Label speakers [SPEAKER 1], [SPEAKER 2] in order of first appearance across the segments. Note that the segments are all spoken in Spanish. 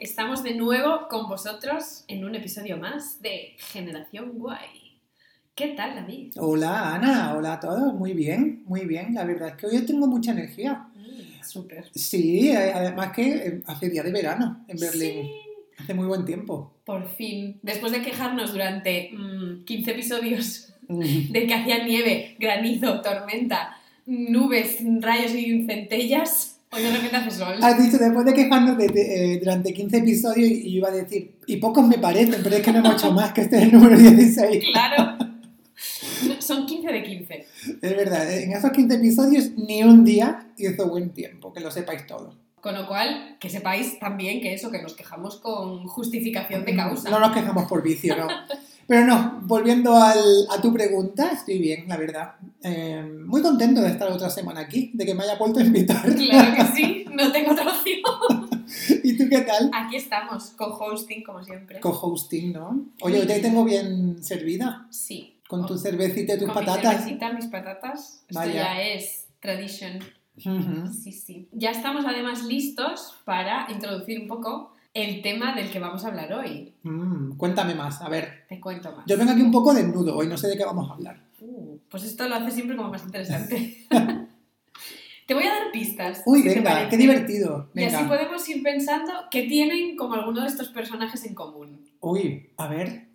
[SPEAKER 1] Estamos de nuevo con vosotros en un episodio más de Generación Guay. ¿Qué tal, David?
[SPEAKER 2] Hola Ana, hola a todos, muy bien, muy bien. La verdad es que hoy yo tengo mucha energía.
[SPEAKER 1] Mm, Súper.
[SPEAKER 2] Sí, eh, además que eh, hace día de verano en Berlín,
[SPEAKER 1] Sí,
[SPEAKER 2] hace muy buen tiempo.
[SPEAKER 1] por fin. Después de quejarnos durante mm, 15 episodios
[SPEAKER 2] Mm.
[SPEAKER 1] de que hacía nieve, granizo, tormenta, nubes, rayos y centellas, hoy de repente hace sol.
[SPEAKER 2] Has dicho, después de quejarnos de- de, eh, durante 15 episodios, y y yo iba a decir, y pocos me parecen, pero es que no hemos hecho más, que este es el número 16.
[SPEAKER 1] Claro. No, Son 15 de 15.
[SPEAKER 2] Es verdad, en esos 15 episodios ni un día hizo buen tiempo, que lo sepáis todos.
[SPEAKER 1] Con lo cual, que sepáis también que eso, que nos quejamos con justificación de causa.
[SPEAKER 2] No nos quejamos por vicio, ¿no? Pero no, volviendo al- a tu pregunta, estoy bien, la verdad. Eh, muy contento de estar otra semana aquí, de que me haya vuelto a invitar.
[SPEAKER 1] Claro que sí, no tengo otra opción.
[SPEAKER 2] ¿Y tú qué tal?
[SPEAKER 1] Aquí estamos, con hosting como siempre.
[SPEAKER 2] Co-hosting, ¿no? Oye, hoy te tengo bien servida,
[SPEAKER 1] sí.
[SPEAKER 2] con tu cervecita y tus
[SPEAKER 1] Con mi
[SPEAKER 2] patatas.
[SPEAKER 1] cervecita, mis patatas. Esto
[SPEAKER 2] Vaya.
[SPEAKER 1] ya es tradition.
[SPEAKER 2] Ujú.
[SPEAKER 1] Sí, sí. Ya estamos además listos para introducir un poco el tema del que vamos a hablar hoy.
[SPEAKER 2] Mm, cuéntame más, a ver.
[SPEAKER 1] Te cuento más.
[SPEAKER 2] Yo vengo aquí un poco desnudo, hoy no sé de qué vamos a hablar.
[SPEAKER 1] Uh, pues esto lo hace siempre como más interesante. te voy a dar pistas.
[SPEAKER 2] Uy,
[SPEAKER 1] si te
[SPEAKER 2] venga,
[SPEAKER 1] parece.
[SPEAKER 2] qué divertido.
[SPEAKER 1] Y así
[SPEAKER 2] Venga.
[SPEAKER 1] podemos ir pensando qué tienen como alguno de estos personajes en común.
[SPEAKER 2] Uy, a ver.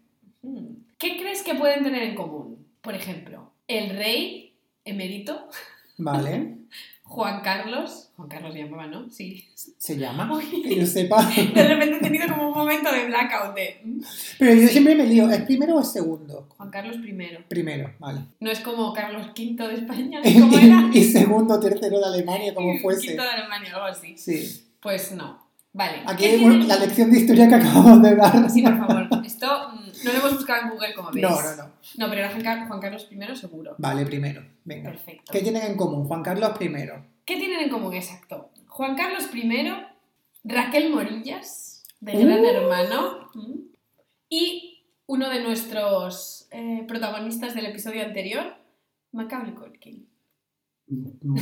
[SPEAKER 1] Hmm. ¿Qué crees que pueden tener en común? Por ejemplo, el rey emérito,
[SPEAKER 2] Vale,
[SPEAKER 1] Juan Carlos. Juan Carlos se llamaba, ¿no? Sí.
[SPEAKER 2] se llama. Que yo
[SPEAKER 1] De
[SPEAKER 2] sepa.
[SPEAKER 1] repente he tenido como un momento de blackout de "Mm,
[SPEAKER 2] Pero yo siempre me lío, ¿es primero o es segundo?
[SPEAKER 1] Juan Carlos I.
[SPEAKER 2] Primero, vale.
[SPEAKER 1] No es como Carlos V de España, ¿cómo era?
[SPEAKER 2] y, segundo, tercero de Alemania, como fuese.
[SPEAKER 1] Quinto de Alemania, algo así.
[SPEAKER 2] Sí.
[SPEAKER 1] Pues no. Vale.
[SPEAKER 2] Aquí
[SPEAKER 1] ¿Qué
[SPEAKER 2] hay
[SPEAKER 1] tienen-
[SPEAKER 2] la lección de historia que acabamos de dar.
[SPEAKER 1] Sí, por favor. Esto mm, no lo hemos buscado en Google, como veis.
[SPEAKER 2] No, no, no.
[SPEAKER 1] No, pero era Juan Car- Juan Carlos I seguro.
[SPEAKER 2] Vale, primero. Venga.
[SPEAKER 1] Perfecto.
[SPEAKER 2] ¿Qué tienen en común? Juan Carlos I.
[SPEAKER 1] ¿Qué tienen en común exacto? Juan Carlos I, Raquel Morillas, de
[SPEAKER 2] Uh.
[SPEAKER 1] Gran Hermano, mm, y uno de nuestros eh, protagonistas del episodio anterior, Macaulay Culkin.
[SPEAKER 2] Mm.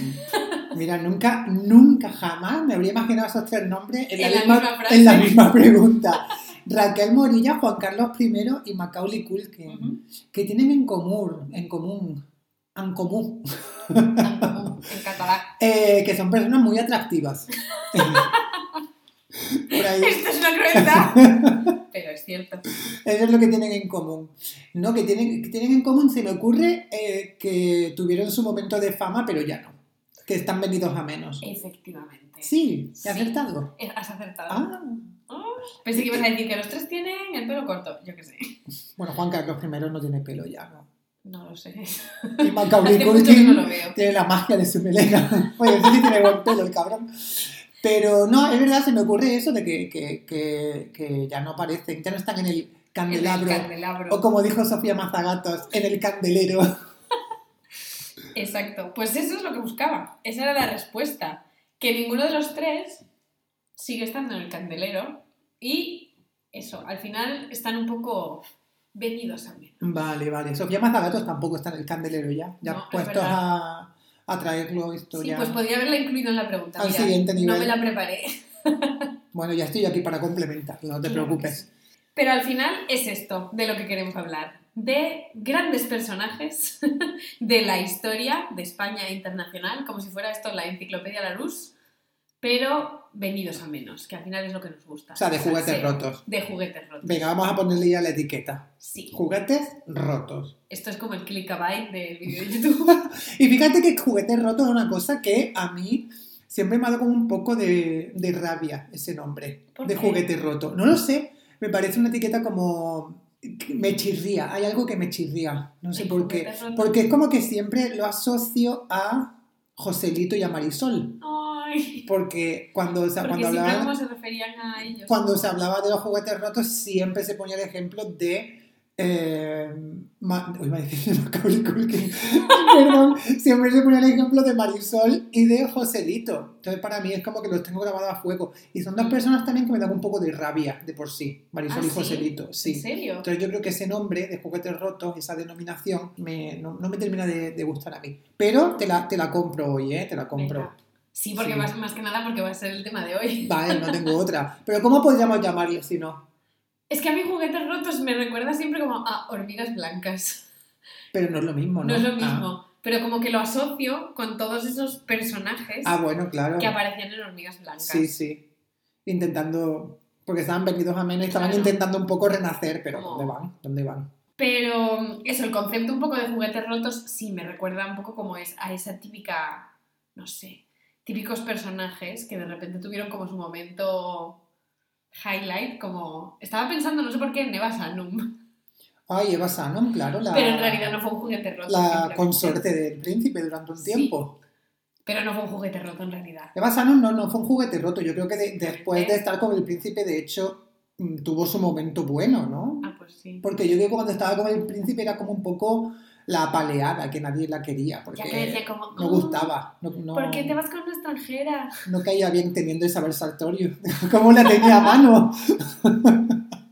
[SPEAKER 2] Mira, nunca, nunca jamás me habría imaginado esos tres nombres en la,
[SPEAKER 1] En la
[SPEAKER 2] misma,
[SPEAKER 1] misma frase.
[SPEAKER 2] en la misma pregunta. Raquel Morilla, Juan Carlos I y Macaulay Culkin.
[SPEAKER 1] Ujú.
[SPEAKER 2] ¿Qué tienen en común? En común. En común.
[SPEAKER 1] Tan común en catalán.
[SPEAKER 2] Eh, que son personas muy atractivas. Por ahí.
[SPEAKER 1] Esto es una crueldad, pero es cierto.
[SPEAKER 2] Eso es lo que tienen en común. No, que tienen, que tienen en común, se me ocurre, eh, que tuvieron su momento de fama, pero ya no. Que están venidos a menos.
[SPEAKER 1] Efectivamente.
[SPEAKER 2] Sí, he
[SPEAKER 1] Sí.
[SPEAKER 2] acertado.
[SPEAKER 1] Eh, Has acertado.
[SPEAKER 2] Ah,
[SPEAKER 1] Pensé que ibas a decir que los tres tienen el pelo corto. Yo qué sé.
[SPEAKER 2] bueno, Juan Carlos I no tiene pelo ya, ¿no?
[SPEAKER 1] No lo sé.
[SPEAKER 2] Y Macaulay
[SPEAKER 1] Hace mucho que no
[SPEAKER 2] Culkin
[SPEAKER 1] lo veo.
[SPEAKER 2] tiene la magia de su melena. Oye, sí que tiene buen pelo el cabrón. Pero no, es verdad, se me ocurre eso de que, que, que, que ya no aparecen, ya no están en el
[SPEAKER 1] En el
[SPEAKER 2] candelabro.
[SPEAKER 1] candelabro.
[SPEAKER 2] O como dijo Sofía Mazagatos, en el candelero.
[SPEAKER 1] Exacto. Pues eso es lo que buscaba. Esa era la respuesta. Que ninguno de los tres sigue estando en el candelero y eso, al final están un poco venidos a menos.
[SPEAKER 2] Vale, vale. Sofía Mazagatos tampoco está en el candelero ya. Ya
[SPEAKER 1] No, es
[SPEAKER 2] puestos
[SPEAKER 1] verdad.
[SPEAKER 2] a, a traerlo esto
[SPEAKER 1] Sí,
[SPEAKER 2] ya.
[SPEAKER 1] pues podría haberla incluido en la pregunta.
[SPEAKER 2] Al
[SPEAKER 1] mira,
[SPEAKER 2] siguiente nivel.
[SPEAKER 1] No me la preparé.
[SPEAKER 2] Bueno, ya estoy yo aquí para complementar, no te
[SPEAKER 1] Claro
[SPEAKER 2] preocupes.
[SPEAKER 1] Pero al final es esto de lo que queremos hablar. De grandes personajes de la historia de España internacional, como si fuera esto la enciclopedia Larousse, pero venidos a menos, que al final es lo que nos gusta.
[SPEAKER 2] O sea, de juguetes
[SPEAKER 1] Sí,
[SPEAKER 2] rotos.
[SPEAKER 1] De juguetes rotos.
[SPEAKER 2] Venga, vamos a ponerle ya la etiqueta.
[SPEAKER 1] Sí,
[SPEAKER 2] Juguetes rotos.
[SPEAKER 1] esto es como el clickabait del vídeo de YouTube.
[SPEAKER 2] Y fíjate que juguetes rotos es una cosa que a mí siempre me ha dado como un poco de, de rabia ese nombre.
[SPEAKER 1] ¿Por
[SPEAKER 2] De
[SPEAKER 1] qué?
[SPEAKER 2] juguete roto. No lo sé, me parece una etiqueta como... que Me chirría, hay algo que me chirría. No sé
[SPEAKER 1] El
[SPEAKER 2] por qué.
[SPEAKER 1] juguete roto.
[SPEAKER 2] Porque es como que siempre lo asocio a Joselito y a Marisol.
[SPEAKER 1] Ay,
[SPEAKER 2] Porque cuando, o sea,
[SPEAKER 1] porque
[SPEAKER 2] Ah, cuando,
[SPEAKER 1] siempre
[SPEAKER 2] hablaban,
[SPEAKER 1] como se referían a ellos.
[SPEAKER 2] cuando se hablaba de los juguetes rotos, siempre se ponía el ejemplo de. Eh, Ma- uy, iba a decir de Macaulay Culkin. Perdón, siempre se ponía el ejemplo de Marisol y de Joselito. Entonces, para mí es como que los tengo grabados a fuego. Y son dos personas también que me dan un poco de rabia de por sí, Marisol
[SPEAKER 1] Mm. ¿Ah,
[SPEAKER 2] y
[SPEAKER 1] sí?
[SPEAKER 2] Joselito. Sí.
[SPEAKER 1] ¿En serio?
[SPEAKER 2] Entonces yo creo que ese nombre de juguetes rotos, esa denominación, me- no, no me termina de, de gustar a mí. Pero te la, te la compro hoy, ¿eh? Te la compro.
[SPEAKER 1] Venga, Sí, porque
[SPEAKER 2] Sí.
[SPEAKER 1] Más, más que nada porque va a ser el tema de hoy.
[SPEAKER 2] Vale, no tengo otra. Pero ¿cómo podríamos llamarle si no?
[SPEAKER 1] Es que a mí juguetes rotos me recuerda siempre como a hormigas blancas.
[SPEAKER 2] Pero no es lo mismo,
[SPEAKER 1] No,
[SPEAKER 2] ¿no?
[SPEAKER 1] es lo
[SPEAKER 2] Ah.
[SPEAKER 1] mismo, pero como que lo asocio con todos esos personajes
[SPEAKER 2] Ah, bueno, claro.
[SPEAKER 1] que aparecían en hormigas blancas.
[SPEAKER 2] Sí, sí. Intentando. Porque estaban venidos a menos, estaban
[SPEAKER 1] Claro. Oh.
[SPEAKER 2] intentando un poco renacer, pero
[SPEAKER 1] No.
[SPEAKER 2] ¿dónde van? ¿Dónde van?
[SPEAKER 1] Pero eso, el concepto un poco de juguetes rotos sí me recuerda un poco como es a esa típica, no sé, típicos personajes que de repente tuvieron como su momento highlight, como estaba pensando, no sé por qué, en Neva Sanum,
[SPEAKER 2] Ay, Eva Sanum, claro, la,
[SPEAKER 1] pero en realidad no fue un juguete roto.
[SPEAKER 2] la
[SPEAKER 1] simplemente.
[SPEAKER 2] consorte del príncipe durante un
[SPEAKER 1] Sí.
[SPEAKER 2] tiempo.
[SPEAKER 1] Pero no fue un juguete roto en realidad.
[SPEAKER 2] Eva Sanum no, no fue un juguete roto. Yo creo que de- después de estar con el príncipe, de hecho, mm, tuvo su momento bueno, ¿no?
[SPEAKER 1] Ah, pues sí.
[SPEAKER 2] Porque yo creo que cuando estaba con el príncipe era como un poco la apaleada, que nadie la quería, porque
[SPEAKER 1] Ya que decía como,
[SPEAKER 2] no
[SPEAKER 1] "Oh,
[SPEAKER 2] gustaba. No, no-
[SPEAKER 1] ¿por qué te vas con una extranjera?
[SPEAKER 2] no caía bien teniendo el saber saltorio. ¿Cómo la tenía a mano?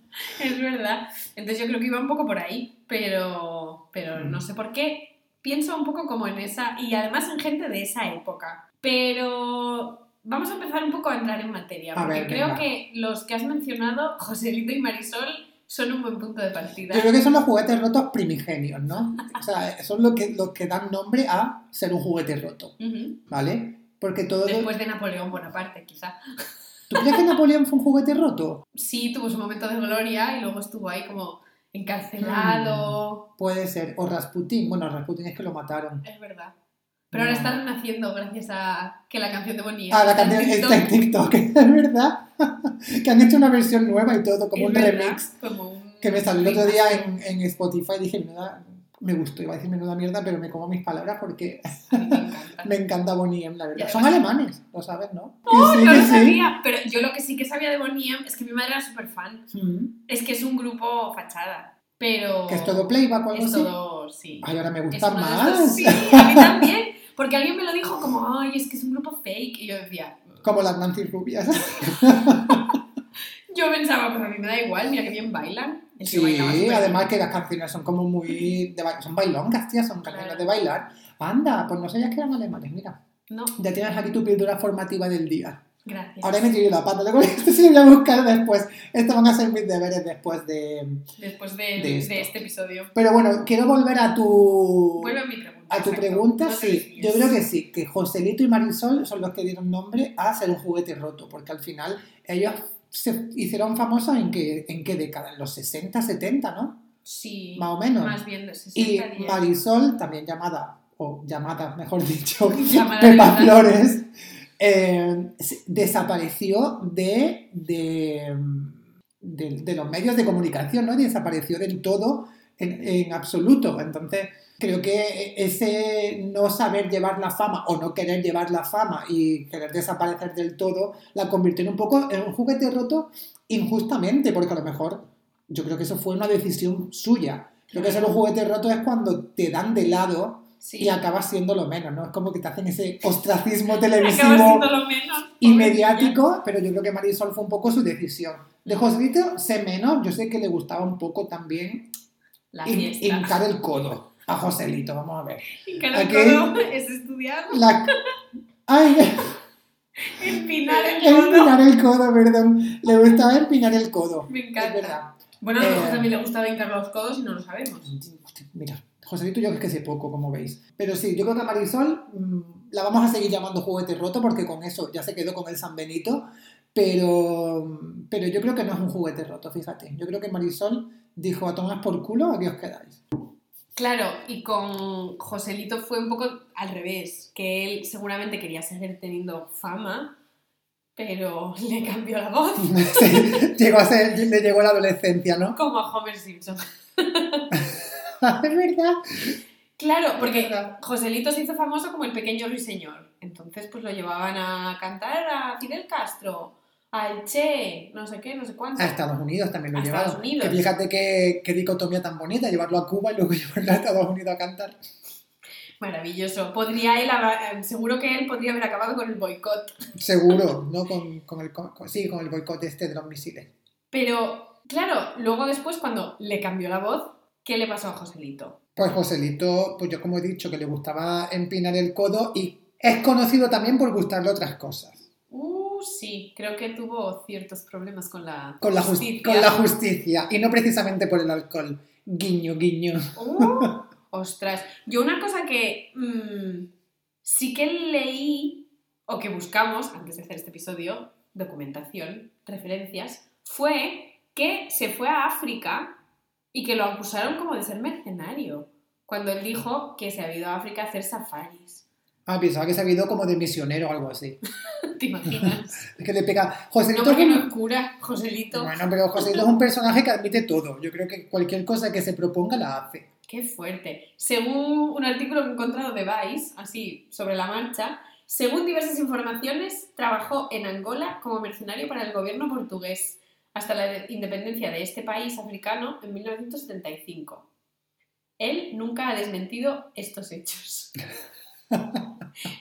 [SPEAKER 1] Es verdad. Entonces yo creo que iba un poco por ahí, pero, pero
[SPEAKER 2] Mm.
[SPEAKER 1] no sé por qué. Pienso un poco como en esa, y además en gente de esa época. Pero vamos a empezar un poco a entrar en materia,
[SPEAKER 2] A
[SPEAKER 1] porque
[SPEAKER 2] ver,
[SPEAKER 1] creo
[SPEAKER 2] venga.
[SPEAKER 1] que los que has mencionado, Joselito y Marisol, son un buen punto de partida.
[SPEAKER 2] Yo creo que son los juguetes rotos primigenios, ¿no? O sea, son los que, los que dan nombre a ser un juguete roto,
[SPEAKER 1] Ujú.
[SPEAKER 2] ¿vale? Porque todo...
[SPEAKER 1] Después de Napoleón Bonaparte, quizá.
[SPEAKER 2] ¿Tú crees que Napoleón fue un juguete roto?
[SPEAKER 1] Sí, tuvo su momento de gloria y luego estuvo ahí como encarcelado.
[SPEAKER 2] Puede ser. O Rasputín. Bueno, Rasputín es que lo mataron.
[SPEAKER 1] Es verdad. Pero ahora están naciendo gracias a que la canción de Bonilla.
[SPEAKER 2] Ah, la canción está en TikTok, es verdad. que han hecho una versión nueva y todo, como
[SPEAKER 1] Es
[SPEAKER 2] un
[SPEAKER 1] verdad,
[SPEAKER 2] remix.
[SPEAKER 1] como un-
[SPEAKER 2] Que me salió el otro día en, en Spotify y dije, menuda, me gustó, iba a decir menuda mierda, pero me como mis palabras porque
[SPEAKER 1] A mí me encanta.
[SPEAKER 2] me encanta Bonnie M, la verdad.
[SPEAKER 1] Ya,
[SPEAKER 2] Son
[SPEAKER 1] además-
[SPEAKER 2] alemanes, lo sabes, ¿no? Que sí,
[SPEAKER 1] No
[SPEAKER 2] que
[SPEAKER 1] lo
[SPEAKER 2] sí.
[SPEAKER 1] sabía, pero yo lo que sí que sabía de Bonnie M es que mi madre era súper fan.
[SPEAKER 2] Mm,
[SPEAKER 1] Es que es un grupo fachada, pero...
[SPEAKER 2] Que es todo playback o algo
[SPEAKER 1] Es
[SPEAKER 2] así.
[SPEAKER 1] todo, sí.
[SPEAKER 2] Ay, ahora me
[SPEAKER 1] Es
[SPEAKER 2] gusta
[SPEAKER 1] uno de
[SPEAKER 2] más.
[SPEAKER 1] estos- Sí, a mí también. Porque alguien me lo dijo como, ay, es que es un grupo fake. Y yo decía,
[SPEAKER 2] Como las Nancy Rubias.
[SPEAKER 1] yo pensaba, pues a mí me da igual, mira que bien bailan. Es que
[SPEAKER 2] Sí,
[SPEAKER 1] bailaba súper bien.
[SPEAKER 2] además que las canciones son como muy... De ba- son bailongas, tía, son canciones
[SPEAKER 1] Claro.
[SPEAKER 2] de bailar. Anda, pues no sabías que eran alemanes, mira.
[SPEAKER 1] No,
[SPEAKER 2] Ya tienes aquí tu pintura formativa del día.
[SPEAKER 1] gracias.
[SPEAKER 2] Ahora he metido la pata, luego esto sí lo voy a buscar después. Estos van a ser mis deberes después de...
[SPEAKER 1] Después de,
[SPEAKER 2] de esto.
[SPEAKER 1] de este episodio.
[SPEAKER 2] Pero bueno, quiero volver a tu...
[SPEAKER 1] Vuelve a mi pregunta.
[SPEAKER 2] A tu
[SPEAKER 1] exacto.
[SPEAKER 2] pregunta,
[SPEAKER 1] No te
[SPEAKER 2] sí. Yo
[SPEAKER 1] desvíes.
[SPEAKER 2] creo que sí, que Joselito y Marisol son los que dieron nombre a ser un juguete roto, porque al final ellos se hicieron famosos en qué, en qué década, en los 60, 70, ¿no?
[SPEAKER 1] Sí.
[SPEAKER 2] Más o menos.
[SPEAKER 1] Más bien de
[SPEAKER 2] y
[SPEAKER 1] 60 días.
[SPEAKER 2] Marisol, también llamada, o llamada, mejor dicho,
[SPEAKER 1] Llamada
[SPEAKER 2] Pepa
[SPEAKER 1] Lisa.
[SPEAKER 2] Flores, eh, se- desapareció de, de, de, de los medios de comunicación, ¿no? Desapareció del todo en, en absoluto. Entonces, creo que ese no saber llevar la fama o no querer llevar la fama y querer desaparecer del todo, la convirtió en un poco en un juguete roto injustamente, porque a lo mejor yo creo que eso fue una decisión suya. Creo que ser un juguete roto es cuando te dan de lado
[SPEAKER 1] Sí.
[SPEAKER 2] y acabas siendo lo menos, ¿no? Es como que te hacen ese ostracismo
[SPEAKER 1] Acaba
[SPEAKER 2] televisivo
[SPEAKER 1] siendo lo menos.
[SPEAKER 2] y
[SPEAKER 1] pobre
[SPEAKER 2] mediático, pero yo creo que Marisol fue un poco su decisión. De Joselito, sé menos, yo sé que le gustaba un poco también
[SPEAKER 1] La
[SPEAKER 2] hin-
[SPEAKER 1] fiesta.
[SPEAKER 2] hincar el codo a Joselito, vamos a ver.
[SPEAKER 1] Hincar
[SPEAKER 2] Aquí-
[SPEAKER 1] el codo es estudiar,
[SPEAKER 2] La... Ay,
[SPEAKER 1] empinar el codo.
[SPEAKER 2] empinar el codo, perdón. Le gustaba empinar el codo.
[SPEAKER 1] Me
[SPEAKER 2] Es
[SPEAKER 1] encanta.
[SPEAKER 2] verdad.
[SPEAKER 1] Bueno, a nosotros
[SPEAKER 2] Eh,
[SPEAKER 1] también le gustaba hincar los codos y no lo sabemos.
[SPEAKER 2] Mira, Joselito yo creo que sé poco, como veis. Pero sí, yo creo que a Marisol mm, la vamos a seguir llamando juguete roto porque con eso ya se quedó con el San Benito. Pero, pero yo creo que no es un juguete roto, fíjate. Yo creo que Marisol dijo a tomar por culo, aquí os quedáis.
[SPEAKER 1] Claro, y con Joselito fue un poco al revés, que él seguramente quería seguir teniendo fama, pero le cambió la voz,
[SPEAKER 2] Sí, llegó a ser- le llegó la adolescencia, ¿no?
[SPEAKER 1] como a Homer Simpson.
[SPEAKER 2] es verdad.
[SPEAKER 1] Claro, porque
[SPEAKER 2] Claro.
[SPEAKER 1] Joselito se hizo famoso como el pequeño ruiseñor. Entonces, pues lo llevaban a cantar a Fidel Castro, al Che, no sé qué, no sé cuánto.
[SPEAKER 2] A Estados Unidos también lo
[SPEAKER 1] A
[SPEAKER 2] llevaron.
[SPEAKER 1] Estados Unidos.
[SPEAKER 2] Que fíjate qué, qué dicotomía tan bonita, llevarlo a Cuba y luego llevarlo a Estados Unidos a cantar.
[SPEAKER 1] Maravilloso. Podría él, haba- eh, seguro que él podría haber acabado con el boicot.
[SPEAKER 2] Seguro, ¿no? Con, con el, co- con- sí, con el boicot este de los misiles.
[SPEAKER 1] Pero, claro, luego después, cuando le cambió la voz, ¿qué le pasó a Joselito?
[SPEAKER 2] Pues Joselito, pues yo como he dicho que le gustaba empinar el codo y Es conocido también por gustarle otras cosas.
[SPEAKER 1] Uh, sí, creo que tuvo ciertos problemas con la
[SPEAKER 2] Con la, jus- con la justicia. Y no precisamente por el alcohol. Guiño, guiño.
[SPEAKER 1] Uh, ostras, yo una cosa que mm, sí que leí o que buscamos antes de hacer este episodio, documentación, referencias, fue que se fue a África y que lo acusaron como de ser mercenario cuando él dijo que se había ido a África a hacer safaris.
[SPEAKER 2] Ah, pensaba que se había ido como de misionero o algo así.
[SPEAKER 1] ¿Te imaginas?
[SPEAKER 2] Es que le pega. Joselito.
[SPEAKER 1] No porque no es cura, Joselito.
[SPEAKER 2] Bueno, pero Joselito es un personaje que admite todo. Yo creo que cualquier cosa que se proponga la hace.
[SPEAKER 1] Qué fuerte. Según un artículo que he encontrado de Vice, así sobre la marcha, según diversas informaciones, trabajó en Angola como mercenario para el gobierno portugués hasta la de- independencia de este país africano en 1975. Él nunca ha desmentido estos hechos.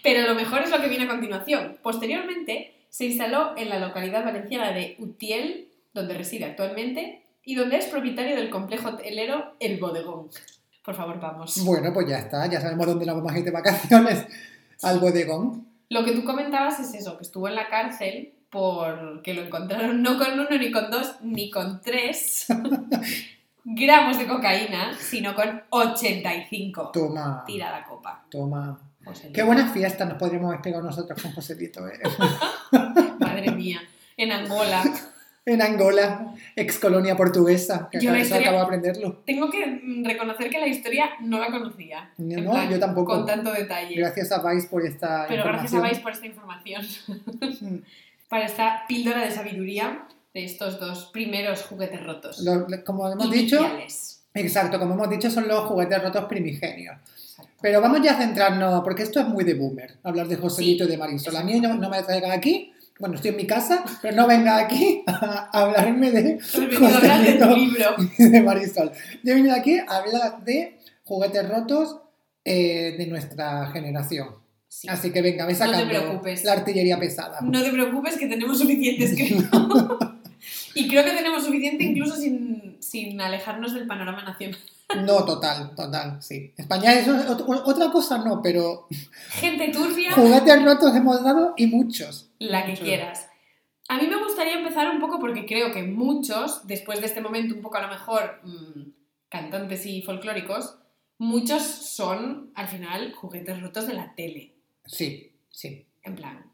[SPEAKER 1] Pero lo mejor es lo que viene a continuación. Posteriormente, se instaló en la localidad valenciana de Utiel, donde reside actualmente, y donde es propietario del complejo hotelero El Bodegón. Por favor, vamos.
[SPEAKER 2] Bueno, pues ya está. Ya sabemos dónde la vamos a ir de vacaciones. Al bodegón.
[SPEAKER 1] Lo que tú comentabas es eso, que estuvo en la cárcel porque lo encontraron no con uno, ni con dos, ni con tres gramos de cocaína, sino con 85.
[SPEAKER 2] Toma.
[SPEAKER 1] Tira la copa. Pues
[SPEAKER 2] Toma.
[SPEAKER 1] José
[SPEAKER 2] Qué
[SPEAKER 1] Luis.
[SPEAKER 2] buenas fiestas nos podríamos haber pegado nosotros con Joselito. ¿eh?
[SPEAKER 1] Madre mía. En Angola.
[SPEAKER 2] en Angola, ex colonia portuguesa. Que
[SPEAKER 1] Yo la
[SPEAKER 2] acabo- eso
[SPEAKER 1] historia-
[SPEAKER 2] acabo de aprenderlo.
[SPEAKER 1] Tengo que mm, reconocer que la historia no la conocía.
[SPEAKER 2] No,
[SPEAKER 1] En
[SPEAKER 2] no, yo tampoco.
[SPEAKER 1] Con tanto detalle.
[SPEAKER 2] Gracias a Vice por esta
[SPEAKER 1] Pero gracias a
[SPEAKER 2] información.
[SPEAKER 1] Vais por esta información.
[SPEAKER 2] Mm.
[SPEAKER 1] Para esta píldora de sabiduría de estos dos primeros juguetes rotos.
[SPEAKER 2] Lo- lo- como hemos dicho,
[SPEAKER 1] Iniciales.
[SPEAKER 2] exacto, como hemos dicho, son los juguetes rotos primigenios.
[SPEAKER 1] Exacto.
[SPEAKER 2] Pero vamos ya a centrarnos, porque esto es muy de boomer, hablar de Joselito y de Marisol. A mí no, no me traigan aquí, bueno, estoy en mi casa, pero no venga aquí a hablarme de,
[SPEAKER 1] Hemos venido a hablar de tu
[SPEAKER 2] Joselito.
[SPEAKER 1] libro.
[SPEAKER 2] de Marisol. Yo he venido aquí a hablar de juguetes rotos eh, de nuestra generación.
[SPEAKER 1] Sí.
[SPEAKER 2] Así que venga, ve
[SPEAKER 1] No te
[SPEAKER 2] sacando
[SPEAKER 1] preocupes.
[SPEAKER 2] la artillería pesada.
[SPEAKER 1] No te preocupes que tenemos suficientes, creo. y creo que tenemos suficiente incluso sin, sin alejarnos del panorama nacional.
[SPEAKER 2] No, total, total, sí. España es ot- otra cosa, no, pero
[SPEAKER 1] Gente turbia,
[SPEAKER 2] juguetes rotos hemos dado y muchos.
[SPEAKER 1] la que
[SPEAKER 2] Mucho.
[SPEAKER 1] quieras. A mí me gustaría empezar un poco porque creo que muchos, después de este momento un poco a lo mejor mm, cantantes y folclóricos, muchos son al final juguetes rotos de la tele.
[SPEAKER 2] Sí, sí.
[SPEAKER 1] En plan.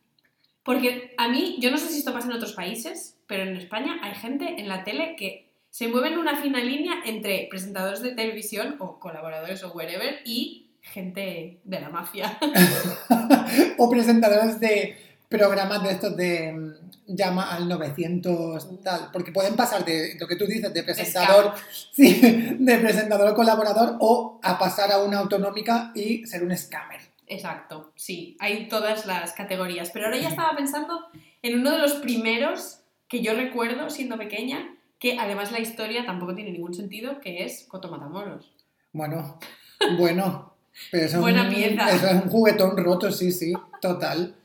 [SPEAKER 1] Porque a mí, yo no sé si esto pasa en otros países, pero en España hay gente en la tele que se mueve en una fina línea entre presentadores de televisión o colaboradores o wherever y gente de la mafia.
[SPEAKER 2] O presentadores de programas de estos de mm, llama al 900 tal, porque pueden pasar de lo que tú dices de presentador, sí, de presentador colaborador o a pasar a una autonómica y ser un scammer.
[SPEAKER 1] Exacto, sí, hay todas las categorías. Pero ahora ya estaba pensando en uno de los primeros que yo recuerdo siendo pequeña, que además la historia tampoco tiene ningún sentido, que es Coto Matamoros.
[SPEAKER 2] Bueno, bueno. Pero eso es
[SPEAKER 1] Buena
[SPEAKER 2] un-
[SPEAKER 1] pieza.
[SPEAKER 2] Eso es un juguetón roto, sí, sí, total.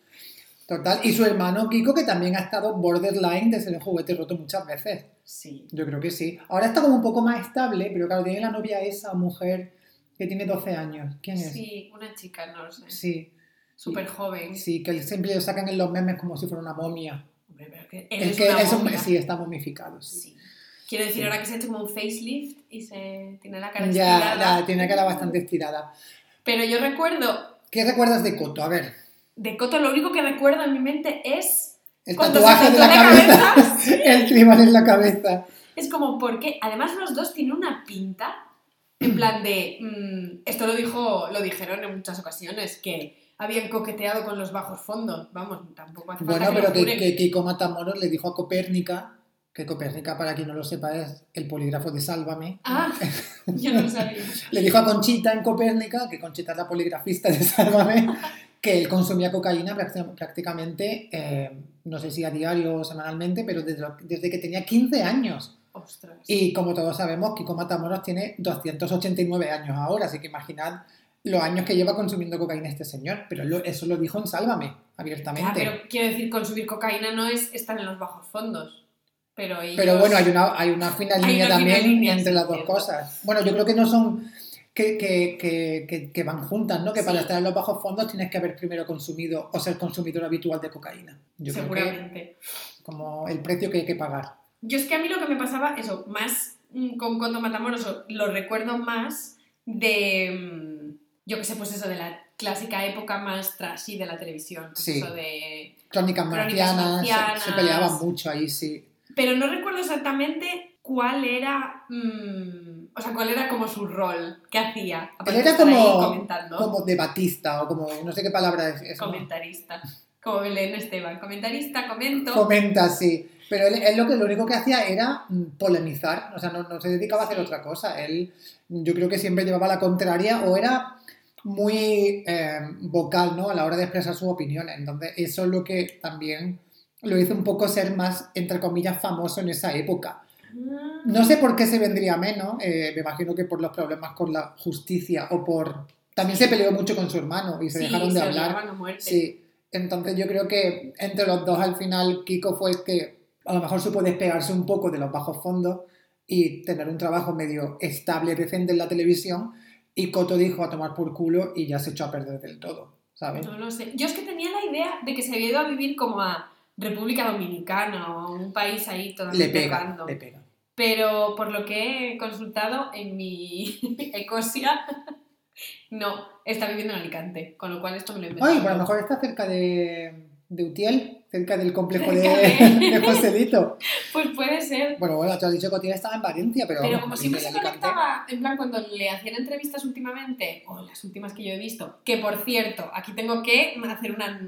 [SPEAKER 2] Total. Y su hermano Kiko, que también ha estado borderline de ser un juguete roto muchas veces.
[SPEAKER 1] Sí.
[SPEAKER 2] Yo creo que sí. Ahora está como un poco más estable, pero claro, tiene la novia esa mujer que tiene 12 años. ¿Quién es?
[SPEAKER 1] Sí, una chica, no lo sé.
[SPEAKER 2] Sí,
[SPEAKER 1] Súper joven.
[SPEAKER 2] sí, que siempre lo sacan en los memes como si fuera una momia.
[SPEAKER 1] Hombre, pero que él
[SPEAKER 2] Es
[SPEAKER 1] es
[SPEAKER 2] que
[SPEAKER 1] una
[SPEAKER 2] es un-
[SPEAKER 1] momia.
[SPEAKER 2] sí, está momificado. sí.
[SPEAKER 1] Sí. Quiero decir, ahora que se ha hecho como un facelift y se tiene la cara
[SPEAKER 2] Ya,
[SPEAKER 1] estirada.
[SPEAKER 2] la, tiene la cara bastante estirada.
[SPEAKER 1] Pero yo recuerdo,
[SPEAKER 2] ¿Qué recuerdas de Coto? A ver,
[SPEAKER 1] de Coto lo único que recuerdo en mi mente es
[SPEAKER 2] el
[SPEAKER 1] cuando
[SPEAKER 2] tatuaje
[SPEAKER 1] se
[SPEAKER 2] de
[SPEAKER 1] cortó
[SPEAKER 2] la cabeza. El tribal en la cabeza.
[SPEAKER 1] Es como, porque Además los dos tienen una pinta en plan de, mm, esto lo dijo, lo dijeron en muchas ocasiones, que habían coqueteado con los bajos fondos. Vamos, tampoco hace falta
[SPEAKER 2] Bueno,
[SPEAKER 1] que lo
[SPEAKER 2] pero que,
[SPEAKER 1] jure.
[SPEAKER 2] que Kiko Matamoros le dijo a Copérnica, que Copérnica, para quien no lo sepa, es el polígrafo de Sálvame.
[SPEAKER 1] Ah, yo no lo sabía.
[SPEAKER 2] Le dijo a Conchita en Copérnica, que Conchita es la poligrafista de Sálvame, que él consumía cocaína prácti- prácticamente, eh, no sé si a diario o semanalmente, pero desde, lo- desde que tenía 15 años.
[SPEAKER 1] Ostras.
[SPEAKER 2] Y como todos sabemos, Kiko Matamoros tiene 289 años ahora, así que imaginad los años que lleva consumiendo cocaína este señor. Pero lo- eso lo dijo en Sálvame, abiertamente.
[SPEAKER 1] Ah, pero quiero decir, consumir cocaína no es estar en los bajos fondos. Pero, ellos...
[SPEAKER 2] Pero bueno, hay una, hay una fina
[SPEAKER 1] Hay
[SPEAKER 2] línea
[SPEAKER 1] una fina
[SPEAKER 2] también
[SPEAKER 1] línea,
[SPEAKER 2] entre
[SPEAKER 1] sí,
[SPEAKER 2] las dos
[SPEAKER 1] cierto.
[SPEAKER 2] cosas. Bueno, yo creo que no son que, que, que- que- que van juntas, ¿no? Que para
[SPEAKER 1] Sí.
[SPEAKER 2] estar en los bajos fondos tienes que haber primero consumido o ser consumidor habitual de cocaína. Yo creo que
[SPEAKER 1] seguramente.
[SPEAKER 2] como el precio que hay que pagar.
[SPEAKER 1] Yo es que a mí lo que me pasaba, eso, más mm, con Condo Matamoros, lo recuerdo más de, mm, yo qué sé, pues eso, de la clásica época más trashy de la televisión. pues
[SPEAKER 2] Sí.
[SPEAKER 1] eso de... Crónicas
[SPEAKER 2] Crónicas marcianas, se- se,
[SPEAKER 1] marcianas.
[SPEAKER 2] peleaban mucho ahí, sí.
[SPEAKER 1] Pero no recuerdo exactamente cuál era, mm, o sea, cuál era como su rol, qué hacía. aparte
[SPEAKER 2] Él era
[SPEAKER 1] de estar ahí
[SPEAKER 2] como-
[SPEAKER 1] comentando,
[SPEAKER 2] Como de Batista o como, no sé qué palabra es. es, ¿no?
[SPEAKER 1] comentarista, como Belén Esteban, comentarista, comento.
[SPEAKER 2] Comenta, sí. Pero él, él lo, que, lo único que hacía era mm, polemizar, o sea, no, no se dedicaba a hacer
[SPEAKER 1] Sí.
[SPEAKER 2] otra cosa. Él, yo creo que siempre llevaba la contraria o era muy eh, vocal, ¿no? A la hora de expresar sus opiniones. Entonces, eso es lo que también lo hizo un poco ser más, entre comillas, famoso en esa época.
[SPEAKER 1] Ah,
[SPEAKER 2] No sé por qué se vendría menos, eh, me imagino que por los problemas con la justicia o por... También se peleó mucho con su hermano y se
[SPEAKER 1] sí,
[SPEAKER 2] dejaron de
[SPEAKER 1] se
[SPEAKER 2] hablar.
[SPEAKER 1] odiaban a muerte.
[SPEAKER 2] Sí, entonces yo creo que entre los dos al final Kiko fue el que a lo mejor supo despegarse un poco de los bajos fondos y tener un trabajo medio estable, decente en la televisión y Coto dijo a tomar por culo y ya se echó a perder del todo, ¿sabes?
[SPEAKER 1] No lo sé. Yo es que tenía la idea de que se había ido a vivir como a República Dominicana o a un país ahí
[SPEAKER 2] Le
[SPEAKER 1] totalmente
[SPEAKER 2] pega,
[SPEAKER 1] random.
[SPEAKER 2] le pega.
[SPEAKER 1] Pero por lo que he consultado en mi Ecosia, no, está viviendo en Alicante, con lo cual esto me lo he inventado.
[SPEAKER 2] Ay, pero a lo mejor está cerca de, de Utiel, cerca del complejo de,
[SPEAKER 1] Cerca de-
[SPEAKER 2] de Joselito.
[SPEAKER 1] Pues puede ser.
[SPEAKER 2] Bueno, bueno, te has dicho que Utiel estaba en Valencia, pero...
[SPEAKER 1] Pero
[SPEAKER 2] vamos,
[SPEAKER 1] como
[SPEAKER 2] en
[SPEAKER 1] siempre se
[SPEAKER 2] Alicante.
[SPEAKER 1] conectaba, en plan, cuando le hacían entrevistas últimamente, o las últimas que yo he visto, que por cierto, aquí tengo que hacer una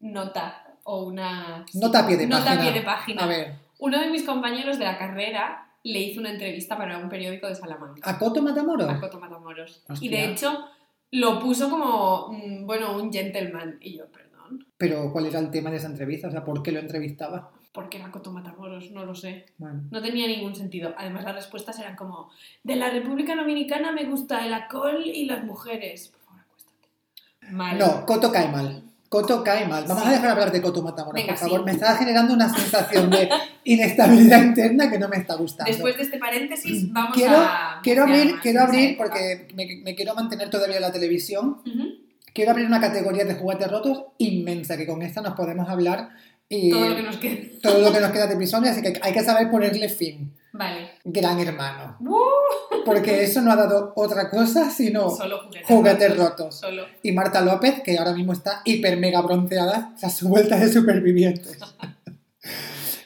[SPEAKER 1] nota o una...
[SPEAKER 2] Nota a pie de
[SPEAKER 1] Nota a
[SPEAKER 2] página.
[SPEAKER 1] pie de página.
[SPEAKER 2] A ver,
[SPEAKER 1] Uno de mis compañeros de la carrera le hizo una entrevista para un periódico de Salamanca,
[SPEAKER 2] ¿a Coto Matamoros?
[SPEAKER 1] a Coto Matamoros. Y
[SPEAKER 2] Ah, Hostia.
[SPEAKER 1] de hecho lo puso como, mm, bueno, un gentleman. Y yo, perdón,
[SPEAKER 2] Pero ¿cuál era el tema de esa entrevista? O sea, ¿por qué lo entrevistaba?
[SPEAKER 1] ¿por qué era Coto Matamoros? No lo sé.
[SPEAKER 2] Bueno,
[SPEAKER 1] No tenía ningún sentido. Además las respuestas eran como, de la República Dominicana me gusta el alcohol y las mujeres. Por favor, acuéstate. Mal.
[SPEAKER 2] No, Coto cae mal. Coto cae mal. Vamos
[SPEAKER 1] Sí.
[SPEAKER 2] a dejar hablar de Coto Matamoros,
[SPEAKER 1] Venga,
[SPEAKER 2] por favor.
[SPEAKER 1] sí.
[SPEAKER 2] Me está generando una sensación de inestabilidad interna que no me está gustando.
[SPEAKER 1] Después de este paréntesis, vamos
[SPEAKER 2] Mm. Quiero-
[SPEAKER 1] a...
[SPEAKER 2] quiero abrir,
[SPEAKER 1] a-
[SPEAKER 2] quiero
[SPEAKER 1] a-
[SPEAKER 2] abrir porque me, me quiero mantener todavía en la televisión.
[SPEAKER 1] Ujú.
[SPEAKER 2] Quiero abrir una categoría de juguetes rotos inmensa que con esta nos podemos hablar y
[SPEAKER 1] Todo lo que nos quede.
[SPEAKER 2] todo lo que nos queda de episodio, así que hay que saber ponerle fin.
[SPEAKER 1] Vale.
[SPEAKER 2] Gran hermano.
[SPEAKER 1] Uh,
[SPEAKER 2] Porque eso no ha dado otra cosa sino
[SPEAKER 1] Solo juguetes.
[SPEAKER 2] juguetes rotos.
[SPEAKER 1] Solo.
[SPEAKER 2] y Marta López, que ahora mismo está hiper mega bronceada tras su vuelta de supervivientes.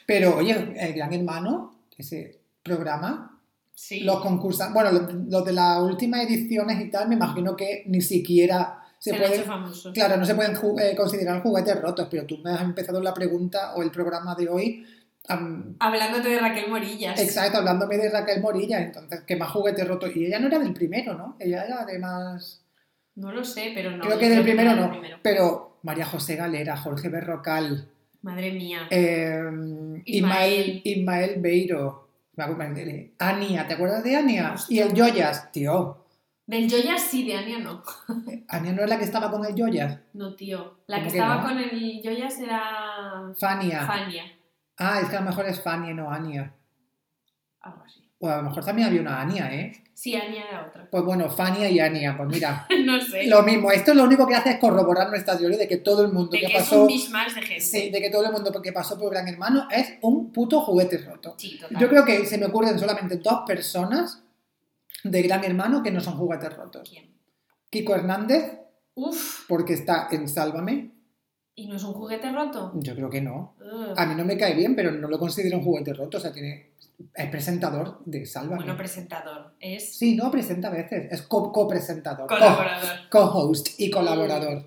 [SPEAKER 2] Pero oye, el Gran Hermano, ese programa,
[SPEAKER 1] Sí.
[SPEAKER 2] los concursantes, bueno, los, los de las últimas ediciones y tal, me imagino que ni siquiera se,
[SPEAKER 1] se han
[SPEAKER 2] pueden...
[SPEAKER 1] hecho famosos.
[SPEAKER 2] Claro, no se pueden ju- eh, considerar juguetes rotos, pero tú me has empezado la pregunta o el programa de hoy am,
[SPEAKER 1] Hablándote de Raquel Morillas.
[SPEAKER 2] exacto, hablándome de Raquel Morilla, entonces, que más juguetes rotos. Y ella no era del primero, ¿no? Ella era de más...
[SPEAKER 1] No lo sé, pero no.
[SPEAKER 2] Creo
[SPEAKER 1] yo
[SPEAKER 2] que del
[SPEAKER 1] no
[SPEAKER 2] primero
[SPEAKER 1] era
[SPEAKER 2] no.
[SPEAKER 1] primero.
[SPEAKER 2] Pero María José Galera, Jorge Berrocal,
[SPEAKER 1] Madre mía.
[SPEAKER 2] eh, Ismael,
[SPEAKER 1] Ismael.
[SPEAKER 2] Ismael Beiro, me acuerdo de- Ania, ¿te acuerdas de Ania?
[SPEAKER 1] Hostia.
[SPEAKER 2] Y el Joyas, tío.
[SPEAKER 1] Del Joya sí, de Ania no.
[SPEAKER 2] Ania no es la que estaba con el Joyas.
[SPEAKER 1] No, tío. La
[SPEAKER 2] ¿Cómo
[SPEAKER 1] que
[SPEAKER 2] que
[SPEAKER 1] estaba
[SPEAKER 2] no?
[SPEAKER 1] con el Joya era.
[SPEAKER 2] Fania.
[SPEAKER 1] Fania.
[SPEAKER 2] Ah, es que a lo mejor es Fania, no Ania.
[SPEAKER 1] Algo así.
[SPEAKER 2] O a lo mejor también había una Ania, ¿eh?
[SPEAKER 1] Sí, Ania era otra.
[SPEAKER 2] Pues bueno, Fania y Ania, pues mira,
[SPEAKER 1] no sé.
[SPEAKER 2] lo mismo. Esto lo único que hace es corroborar nuestra teoría de que todo el mundo
[SPEAKER 1] de
[SPEAKER 2] que
[SPEAKER 1] que es
[SPEAKER 2] pasó.
[SPEAKER 1] un mishmash de gente.
[SPEAKER 2] Sí, de que todo el mundo que pasó por Gran Hermano es un puto juguete roto.
[SPEAKER 1] Sí, total.
[SPEAKER 2] Yo creo que se me ocurren solamente dos personas de Gran Hermano que no son juguetes rotos.
[SPEAKER 1] ¿Quién?
[SPEAKER 2] Kiko Hernández,
[SPEAKER 1] Uf,
[SPEAKER 2] porque está en Sálvame.
[SPEAKER 1] ¿y no es un juguete roto?
[SPEAKER 2] Yo creo que no.
[SPEAKER 1] Ugh.
[SPEAKER 2] A mí no me cae bien, pero no lo considero un juguete roto. O sea, tiene, es presentador de Sálvame.
[SPEAKER 1] Bueno, presentador. Es
[SPEAKER 2] sí, no, presenta a veces. Es co- co-presentador. co-
[SPEAKER 1] colaborador.
[SPEAKER 2] Co-host y colaborador.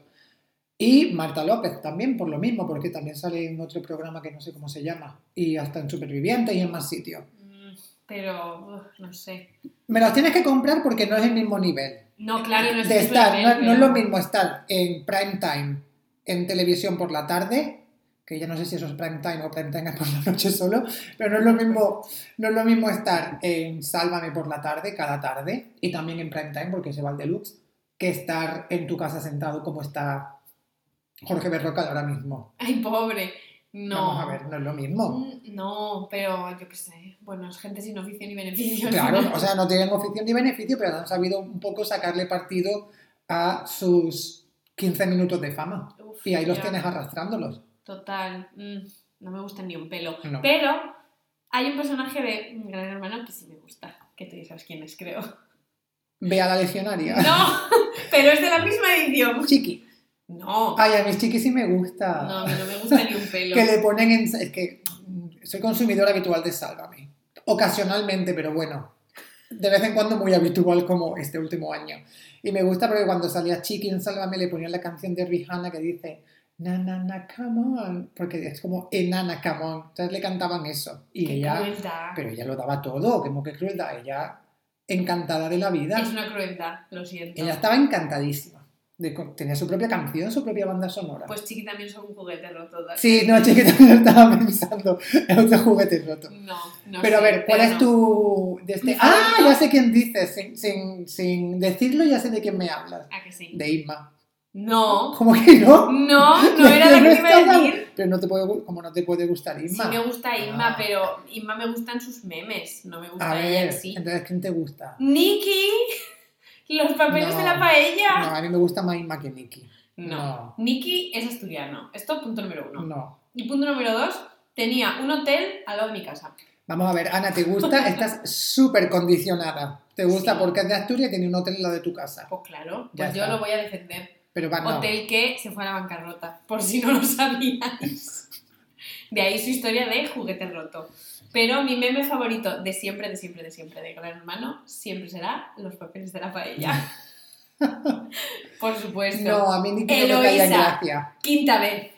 [SPEAKER 2] Y Marta López también, por lo mismo, porque también sale en otro programa que no sé cómo se llama. Y hasta en Superviviente y en más sitios.
[SPEAKER 1] Mm, Pero, ugh, no sé.
[SPEAKER 2] Me los tienes que comprar porque no es el mismo nivel.
[SPEAKER 1] No, claro, no es
[SPEAKER 2] de estar,
[SPEAKER 1] Superman,
[SPEAKER 2] no, no es lo
[SPEAKER 1] pero-
[SPEAKER 2] mismo estar en prime time, en televisión por la tarde, que ya no sé si eso es prime time o prime time es por la noche solo, pero no es lo mismo, no es lo mismo estar en Sálvame por la tarde, cada tarde, y también en prime time porque se va al deluxe, que estar en tu casa sentado como está Jorge Berrocal ahora mismo.
[SPEAKER 1] Ay, pobre. No.
[SPEAKER 2] Vamos a ver, no es lo mismo.
[SPEAKER 1] Mm, No, pero yo qué sé. Bueno, es gente sin oficio ni beneficio.
[SPEAKER 2] Claro, o sea, no tienen oficio ni beneficio, pero han sabido un poco sacarle partido a sus 15 minutos de fama.
[SPEAKER 1] Uf,
[SPEAKER 2] Y ahí los
[SPEAKER 1] ya.
[SPEAKER 2] tienes arrastrándolos.
[SPEAKER 1] Total. mm, no me gusta ni un pelo.
[SPEAKER 2] No.
[SPEAKER 1] Pero hay un personaje de Gran Hermano que sí me gusta. Que tú ya sabes quién es, creo.
[SPEAKER 2] Ve a la legionaria.
[SPEAKER 1] No, pero es de la misma edición.
[SPEAKER 2] Chiqui.
[SPEAKER 1] No,
[SPEAKER 2] Ay, a mis chiquis sí me gusta.
[SPEAKER 1] no, a mí no me gusta ni un pelo.
[SPEAKER 2] Ah. que le ponen en... Es que mm, soy consumidor habitual de Sálvame. Ocasionalmente, pero bueno. De vez en cuando muy habitual como este último año. Y me gusta porque cuando salía Chiqui en Sálvame le ponían la canción de Rihanna que dice Na, na, na, come on. Porque es como enana, come on. Entonces le cantaban eso. Y
[SPEAKER 1] Qué
[SPEAKER 2] ella...
[SPEAKER 1] crueldad.
[SPEAKER 2] Pero ella lo daba todo. Como que crueldad. Ella encantada de la vida.
[SPEAKER 1] Es una crueldad, lo siento.
[SPEAKER 2] Ella estaba encantadísima. De, co- tenía su propia canción, su propia banda sonora.
[SPEAKER 1] Pues Chiqui también son un juguete roto. Dani.
[SPEAKER 2] Sí, no, chiquita, también lo estaba pensando. Es otro juguete roto.
[SPEAKER 1] No, no
[SPEAKER 2] Pero a
[SPEAKER 1] sé,
[SPEAKER 2] ver, ¿cuál
[SPEAKER 1] pero
[SPEAKER 2] es
[SPEAKER 1] no.
[SPEAKER 2] tu. de este-
[SPEAKER 1] Mi
[SPEAKER 2] Ah,
[SPEAKER 1] favorito.
[SPEAKER 2] ya sé quién dices. Sin, sin, sin decirlo, ya sé de quién me hablas.
[SPEAKER 1] ¿A que sí?
[SPEAKER 2] De Isma.
[SPEAKER 1] No,
[SPEAKER 2] ¿Cómo que no?
[SPEAKER 1] no, no era la que te iba a decir.
[SPEAKER 2] Pero no te puede, gu- como no te puede gustar
[SPEAKER 1] Sí
[SPEAKER 2] Isma.
[SPEAKER 1] me gusta Inma,
[SPEAKER 2] Ah.
[SPEAKER 1] pero Inma me gustan sus memes, no me gusta
[SPEAKER 2] a
[SPEAKER 1] ella en
[SPEAKER 2] ver,
[SPEAKER 1] sí.
[SPEAKER 2] entonces, ¿quién te gusta?
[SPEAKER 1] ¡Nikki! ¡Los papeles
[SPEAKER 2] No.
[SPEAKER 1] de la
[SPEAKER 2] No,
[SPEAKER 1] paella!
[SPEAKER 2] a mí me gusta más Isma que Nikki.
[SPEAKER 1] No.
[SPEAKER 2] No.
[SPEAKER 1] Nikki es asturiano. Esto punto número uno.
[SPEAKER 2] No.
[SPEAKER 1] Y punto número dos, tenía un hotel al lado de mi casa.
[SPEAKER 2] Vamos a ver, Ana, ¿te gusta? Estás súper condicionada. ¿Te gusta
[SPEAKER 1] Sí.
[SPEAKER 2] porque es de Asturias y tiene un hotel en la de tu casa?
[SPEAKER 1] Pues claro,
[SPEAKER 2] Ya
[SPEAKER 1] pues yo
[SPEAKER 2] está.
[SPEAKER 1] lo voy a defender.
[SPEAKER 2] Pero va, Ah, no.
[SPEAKER 1] Hotel que se fue a la bancarrota, por si no lo sabíais. De ahí su historia de juguete roto. Pero mi meme favorito de siempre, de siempre, de siempre, de Gran Hermano, siempre será los papeles de la paella. por supuesto.
[SPEAKER 2] No, a mí Nikki no me caía en
[SPEAKER 1] Eloísa.
[SPEAKER 2] gracia.
[SPEAKER 1] Quinta vez.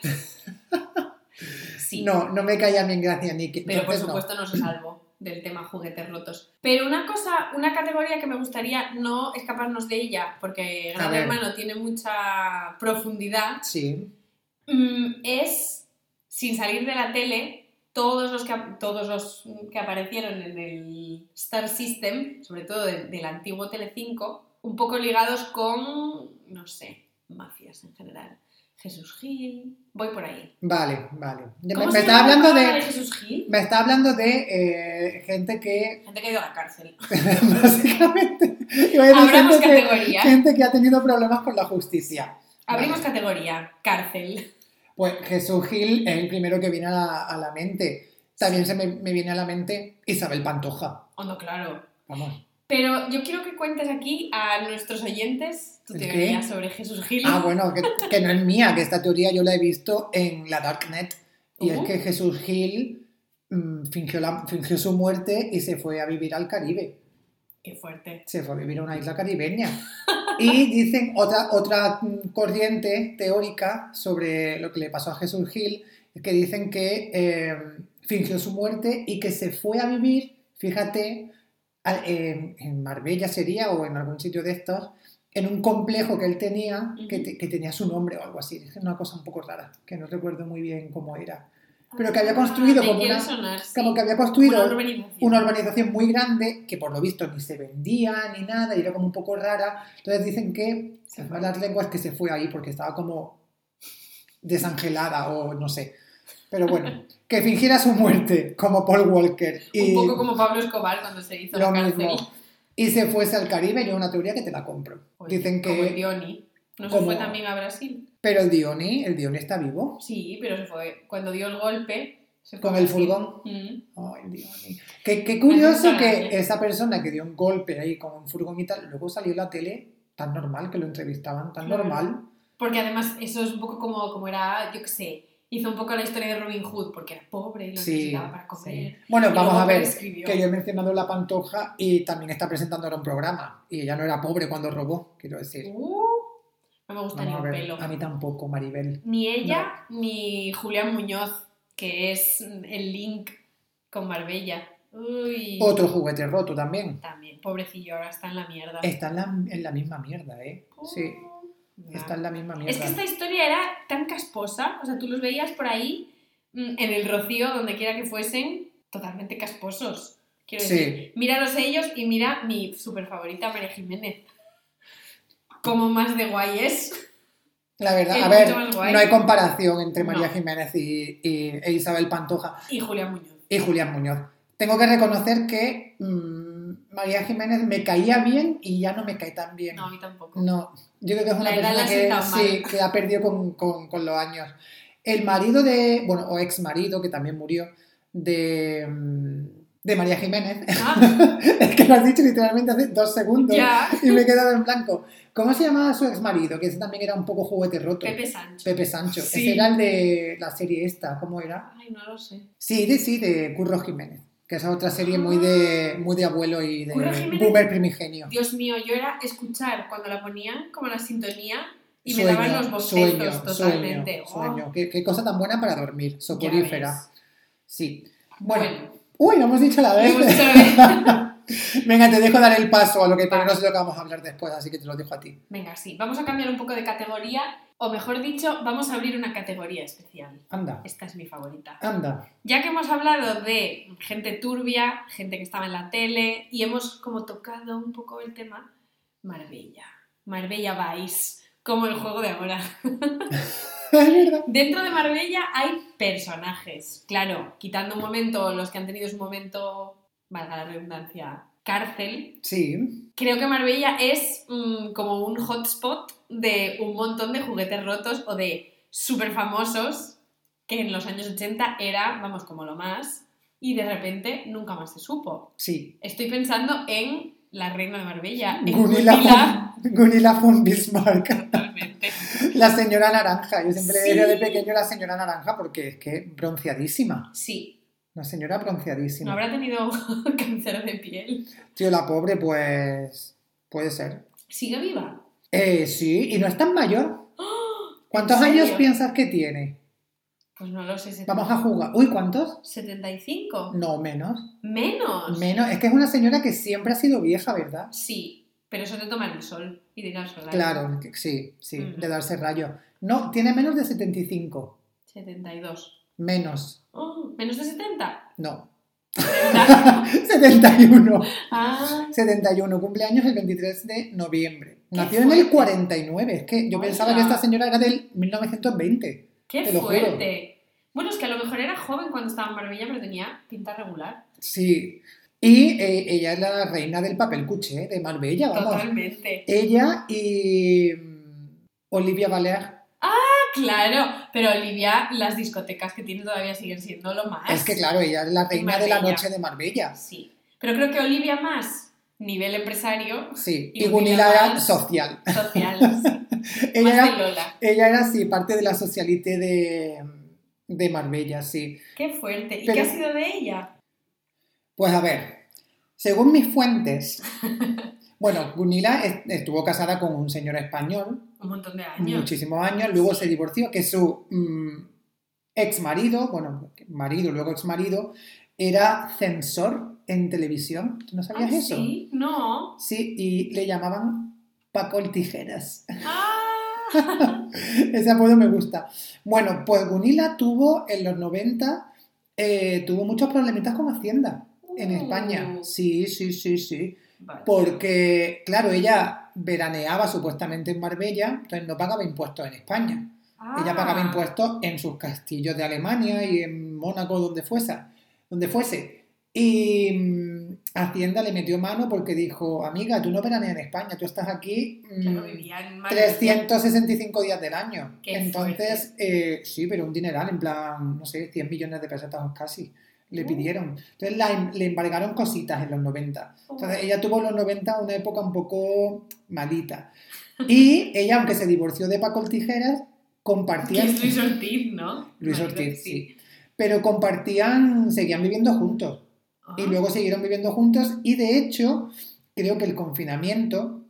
[SPEAKER 1] Sí.
[SPEAKER 2] No, no me caía bien gracia Nikki.
[SPEAKER 1] Pero por
[SPEAKER 2] Entonces, no.
[SPEAKER 1] supuesto no. se salvo del tema juguetes rotos. Pero una cosa, una categoría que me gustaría no escaparnos de ella, porque
[SPEAKER 2] A
[SPEAKER 1] Gran
[SPEAKER 2] ver.
[SPEAKER 1] Hermano tiene mucha profundidad,
[SPEAKER 2] Sí.
[SPEAKER 1] mm, es, sin salir de la tele, todos los que, ap- todos los mm, que aparecieron en el Star System, sobre todo de- del antiguo Telecinco, un poco ligados con, no sé, mafias en general. Jesús Gil, voy por ahí.
[SPEAKER 2] Vale, vale. Me,
[SPEAKER 1] ¿Cómo
[SPEAKER 2] me
[SPEAKER 1] se
[SPEAKER 2] está
[SPEAKER 1] llama Ah,
[SPEAKER 2] hablando
[SPEAKER 1] el programa
[SPEAKER 2] de,
[SPEAKER 1] Jesús Gil?
[SPEAKER 2] me está hablando de eh, gente que,
[SPEAKER 1] Gente que ha ido a la cárcel.
[SPEAKER 2] básicamente, iba a decir
[SPEAKER 1] Abramos
[SPEAKER 2] gente, que,
[SPEAKER 1] categoría.
[SPEAKER 2] gente que ha tenido problemas con la justicia.
[SPEAKER 1] Abrimos categoría. Cárcel.
[SPEAKER 2] Pues Jesús Gil es el primero que viene a la, a la mente. También se me, me viene a la mente Isabel Pantoja.
[SPEAKER 1] O Oh, no, claro.
[SPEAKER 2] Vamos.
[SPEAKER 1] Pero yo quiero que cuentes aquí a nuestros oyentes tu
[SPEAKER 2] ¿El qué?
[SPEAKER 1] teoría sobre Jesús Gil.
[SPEAKER 2] Ah, bueno, que, que no es mía, que esta teoría yo la he visto en la Darknet. Y es
[SPEAKER 1] Ujú.
[SPEAKER 2] que Jesús Gil mm, fingió, la- fingió su muerte y se fue a vivir al Caribe.
[SPEAKER 1] Qué fuerte.
[SPEAKER 2] se fue a vivir a una isla caribeña. Y dicen otra, otra mm, corriente teórica sobre lo que le pasó a Jesús Gil, que dicen que eh, fingió su muerte y que se fue a vivir, fíjate, al- en- en Marbella sería o en algún sitio de estos, en un complejo que él tenía, que, te- que tenía su nombre o algo así. Es una cosa un poco rara, que no recuerdo muy bien cómo era. Pero que había construido
[SPEAKER 1] Ah, me
[SPEAKER 2] como
[SPEAKER 1] quiere
[SPEAKER 2] una-
[SPEAKER 1] sonar, sí.
[SPEAKER 2] Como que había construido
[SPEAKER 1] Una urbanización.
[SPEAKER 2] una urbanización muy grande que por lo visto ni se vendía ni nada y era como un poco rara. Entonces dicen que
[SPEAKER 1] Sí.
[SPEAKER 2] en malas lenguas que se fue ahí porque estaba como desangelada o no sé. Pero bueno, que fingiera su muerte como Paul Walker y
[SPEAKER 1] Un poco como Pablo Escobar cuando se hizo
[SPEAKER 2] lo
[SPEAKER 1] la cárcel.
[SPEAKER 2] mismo. Y se fuese al Caribe, yo una teoría que te la compro.
[SPEAKER 1] Oye,
[SPEAKER 2] Dicen
[SPEAKER 1] Como el
[SPEAKER 2] que...
[SPEAKER 1] Dioni. ¿No se
[SPEAKER 2] como-
[SPEAKER 1] fue también a Brasil?
[SPEAKER 2] Pero el Dioni, el Dioni está vivo
[SPEAKER 1] Sí, pero se fue. Cuando dio el golpe. se fue
[SPEAKER 2] con
[SPEAKER 1] a
[SPEAKER 2] el
[SPEAKER 1] Brasil.
[SPEAKER 2] furgón.
[SPEAKER 1] Mm.
[SPEAKER 2] Ay, Dios. Qué, qué curioso
[SPEAKER 1] Ajá,
[SPEAKER 2] que
[SPEAKER 1] ¿eh?
[SPEAKER 2] esa persona que dio un golpe ahí con un furgón y tal, luego salió en la tele tan normal que lo entrevistaban, tan
[SPEAKER 1] Claro.
[SPEAKER 2] normal.
[SPEAKER 1] Porque además eso es un poco como, como era, yo qué sé, hizo un poco la historia de Robin Hood, porque era pobre y lo
[SPEAKER 2] Sí,
[SPEAKER 1] necesitaba para comer.
[SPEAKER 2] sí. Bueno,
[SPEAKER 1] Y
[SPEAKER 2] vamos
[SPEAKER 1] luego
[SPEAKER 2] a ver,
[SPEAKER 1] escribió.
[SPEAKER 2] que yo he mencionado La Pantoja y también está presentando ahora un programa. Y ella no era pobre cuando robó, quiero decir.
[SPEAKER 1] Uh, no me gusta
[SPEAKER 2] Vamos a
[SPEAKER 1] ni un
[SPEAKER 2] ver,
[SPEAKER 1] pelo.
[SPEAKER 2] a mí tampoco, Maribel.
[SPEAKER 1] Ni ella ni Julián Muñoz, que es mm, el link con Marbella. Uy.
[SPEAKER 2] Otro juguete roto también.
[SPEAKER 1] También, pobrecillo, ahora está en la mierda.
[SPEAKER 2] Está en la, en la misma mierda, ¿eh? Sí,
[SPEAKER 1] Uh,
[SPEAKER 2] está en la misma mierda.
[SPEAKER 1] Es que esta historia era tan casposa, o sea, tú los veías por ahí, mm, en el rocío, donde quiera que fuesen, totalmente casposos. Quiero
[SPEAKER 2] Sí.
[SPEAKER 1] decir, míralos ellos y mira mi super favorita, María Jiménez. Como más de guay es.
[SPEAKER 2] La verdad,
[SPEAKER 1] Es
[SPEAKER 2] a
[SPEAKER 1] mucho
[SPEAKER 2] ver,
[SPEAKER 1] más guay.
[SPEAKER 2] no hay comparación entre María
[SPEAKER 1] No.
[SPEAKER 2] Jiménez y, y- e Isabel Pantoja
[SPEAKER 1] Y Julián Muñoz.
[SPEAKER 2] y Julián Muñoz. Tengo que reconocer que mm, María Jiménez me caía bien y ya no me cae tan bien.
[SPEAKER 1] No, a mí tampoco.
[SPEAKER 2] No, yo creo que es una
[SPEAKER 1] La edad la
[SPEAKER 2] persona
[SPEAKER 1] ha
[SPEAKER 2] que,
[SPEAKER 1] sentado mal.
[SPEAKER 2] sí, que ha perdido con, con- con los años. El marido de, bueno, o ex marido, que también murió, de, mm, de María Jiménez,
[SPEAKER 1] Ah,
[SPEAKER 2] es que lo has dicho literalmente hace dos segundos
[SPEAKER 1] ya.
[SPEAKER 2] y me he quedado en blanco. ¿Cómo se llamaba su ex marido? Que ese también era un poco juguete roto.
[SPEAKER 1] Pepe Sancho.
[SPEAKER 2] Pepe Sancho.
[SPEAKER 1] Sí.
[SPEAKER 2] Ese era el de la serie esta, ¿cómo era?
[SPEAKER 1] Ay, no lo sé.
[SPEAKER 2] Sí, de sí, de Curro Jiménez, que esa otra serie muy de, muy de abuelo y de
[SPEAKER 1] Ah. Curro Jiménez.
[SPEAKER 2] boomer primigenio.
[SPEAKER 1] Dios mío, yo era escuchar cuando la ponían, como la sintonía, y me
[SPEAKER 2] Sueño,
[SPEAKER 1] daban los bostezos
[SPEAKER 2] sueño,
[SPEAKER 1] totalmente.
[SPEAKER 2] Sueño,
[SPEAKER 1] Oh,
[SPEAKER 2] sueño. Qué, qué cosa tan buena para dormir,
[SPEAKER 1] ya
[SPEAKER 2] soporífera.
[SPEAKER 1] ves.
[SPEAKER 2] Sí. Bueno, ¿eh?
[SPEAKER 1] Bueno,
[SPEAKER 2] uy, lo hemos dicho a la vez.
[SPEAKER 1] lo hemos dicho a la
[SPEAKER 2] Venga, te dejo dar el paso a lo que
[SPEAKER 1] Vale.
[SPEAKER 2] pero no sé lo que vamos a hablar después, así que te lo dejo a ti.
[SPEAKER 1] venga, sí, vamos a cambiar un poco de categoría, o mejor dicho, vamos a abrir una categoría especial.
[SPEAKER 2] Anda,
[SPEAKER 1] Esta es mi favorita.
[SPEAKER 2] anda.
[SPEAKER 1] Ya que hemos hablado de gente turbia, gente que estaba en la tele, y hemos como tocado un poco el tema, Marbella. Marbella Vice, como el juego de ahora.
[SPEAKER 2] Es verdad.
[SPEAKER 1] Dentro de Marbella hay personajes, claro, quitando un momento los que han tenido su momento, valga la redundancia, cárcel.
[SPEAKER 2] Sí,
[SPEAKER 1] Creo que Marbella es mm, como un hotspot de un montón de juguetes rotos o de súper famosos que en los años 80 era, vamos, como lo más, y de repente nunca más se supo.
[SPEAKER 2] sí.
[SPEAKER 1] Estoy pensando en la reina de Marbella, en
[SPEAKER 2] Gunilla
[SPEAKER 1] Gunilla,
[SPEAKER 2] von, Gunilla von Bismarck,
[SPEAKER 1] totalmente.
[SPEAKER 2] la señora naranja. Yo siempre
[SPEAKER 1] Sí.
[SPEAKER 2] le decía de pequeño la señora naranja porque es que bronceadísima.
[SPEAKER 1] Sí,
[SPEAKER 2] Una señora bronceadísima.
[SPEAKER 1] no habrá tenido cáncer de piel.
[SPEAKER 2] Tío, la pobre, pues. Puede ser.
[SPEAKER 1] Sigue viva.
[SPEAKER 2] Eh, sí, y no es tan mayor. ¿Cuántos
[SPEAKER 1] ¡Ah! ¿En serio?
[SPEAKER 2] años piensas que tiene?
[SPEAKER 1] Pues no lo sé. setenta-
[SPEAKER 2] Vamos a jugar. Uy, ¿cuántos?
[SPEAKER 1] 75.
[SPEAKER 2] No, menos.
[SPEAKER 1] Menos.
[SPEAKER 2] Mm. Menos. Es que es una señora que siempre ha sido vieja, ¿verdad?
[SPEAKER 1] Sí, pero eso te toma el sol y te quedas sola.
[SPEAKER 2] Claro, que- sí, sí,
[SPEAKER 1] Ujú.
[SPEAKER 2] de darse rayo. No, tiene menos de 75.
[SPEAKER 1] 72.
[SPEAKER 2] Menos.
[SPEAKER 1] Oh, menos de 70.
[SPEAKER 2] No.
[SPEAKER 1] 70.
[SPEAKER 2] 71.
[SPEAKER 1] ah,
[SPEAKER 2] 71. Cumpleaños el 23 de noviembre.
[SPEAKER 1] Qué
[SPEAKER 2] Nació en el
[SPEAKER 1] fuerte.
[SPEAKER 2] 49. Es que yo
[SPEAKER 1] Hola.
[SPEAKER 2] pensaba que esta señora era del 1920.
[SPEAKER 1] qué
[SPEAKER 2] Te lo juro.
[SPEAKER 1] fuerte. Bueno, es que a lo mejor era joven cuando estaba en Marbella, pero tenía pinta regular.
[SPEAKER 2] Sí. Y eh, ella es la reina del papel cuché de Marbella, vamos.
[SPEAKER 1] Totalmente.
[SPEAKER 2] Ella y mm, Olivia Balear.
[SPEAKER 1] Ah, claro. Pero Olivia, las discotecas que tiene todavía siguen siendo lo más.
[SPEAKER 2] Es que claro, ella es la reina de la
[SPEAKER 1] Ah, Marbella.
[SPEAKER 2] noche de Marbella.
[SPEAKER 1] Sí. Pero creo que Olivia más, nivel empresario,
[SPEAKER 2] Sí,
[SPEAKER 1] Y Ah,
[SPEAKER 2] y Gunilla era
[SPEAKER 1] Gunilla.
[SPEAKER 2] social.
[SPEAKER 1] social.
[SPEAKER 2] Ella
[SPEAKER 1] Más de
[SPEAKER 2] era,
[SPEAKER 1] Lola.
[SPEAKER 2] ella era, sí, parte de la socialite de, de Marbella, sí.
[SPEAKER 1] Qué fuerte. ¿Y
[SPEAKER 2] Pero-
[SPEAKER 1] qué ha sido de ella?
[SPEAKER 2] Pues a ver, según mis fuentes, bueno, Gunilla est- estuvo casada con un señor español
[SPEAKER 1] Un montón de años.
[SPEAKER 2] muchísimos años, luego
[SPEAKER 1] Sí.
[SPEAKER 2] se divorció, que su mm, ex marido, bueno, marido, luego ex marido, era censor en televisión. ¿Tú no sabías
[SPEAKER 1] Ah,
[SPEAKER 2] eso?
[SPEAKER 1] Sí, no.
[SPEAKER 2] Sí, y le llamaban Paco el Tijeras.
[SPEAKER 1] Ah,
[SPEAKER 2] Ese apodo me gusta. Bueno, pues Gunila tuvo en los 90, eh, tuvo muchos problemitas con Hacienda en España.
[SPEAKER 1] Uh,
[SPEAKER 2] Sí, sí, sí, sí.
[SPEAKER 1] vale.
[SPEAKER 2] Porque, claro, ella veraneaba supuestamente en Marbella, entonces no pagaba impuestos en España. Ella pagaba
[SPEAKER 1] Ah,
[SPEAKER 2] impuestos en sus castillos de Alemania y en Mónaco, donde fuese. Donde fuese. Y mm, Hacienda le metió mano porque dijo, amiga, tú no veraneas en España, tú estás aquí mm,
[SPEAKER 1] Claro, vivía en Madrid.
[SPEAKER 2] 365 días del año.
[SPEAKER 1] Qué
[SPEAKER 2] Entonces, eh, sí, pero un dineral, en plan, no sé, 100 millones de pesetas casi, le
[SPEAKER 1] Uh.
[SPEAKER 2] pidieron. Entonces la em- le embargaron cositas en los 90.
[SPEAKER 1] Oh.
[SPEAKER 2] Entonces ella tuvo en los 90 una época un poco malita. Y ella, aunque se divorció de Paco el Tijeras,
[SPEAKER 1] Que
[SPEAKER 2] compartían...
[SPEAKER 1] es Luis Ortiz, ¿no?
[SPEAKER 2] Luis
[SPEAKER 1] Marido,
[SPEAKER 2] Ortiz, sí. Pero compartían, seguían viviendo juntos.
[SPEAKER 1] Ah,
[SPEAKER 2] Y luego siguieron viviendo juntos y de hecho creo que el confinamiento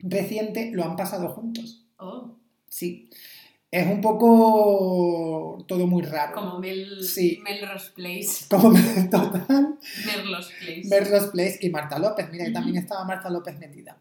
[SPEAKER 2] reciente lo han pasado juntos.
[SPEAKER 1] oh,
[SPEAKER 2] Sí. Es un poco todo muy raro.
[SPEAKER 1] como Mel,
[SPEAKER 2] Sí.
[SPEAKER 1] Melrose Place.
[SPEAKER 2] Como total.
[SPEAKER 1] Merlos Place.
[SPEAKER 2] Merlos Place y Marta López. Mira, y también
[SPEAKER 1] Ujú.
[SPEAKER 2] estaba Marta López metida.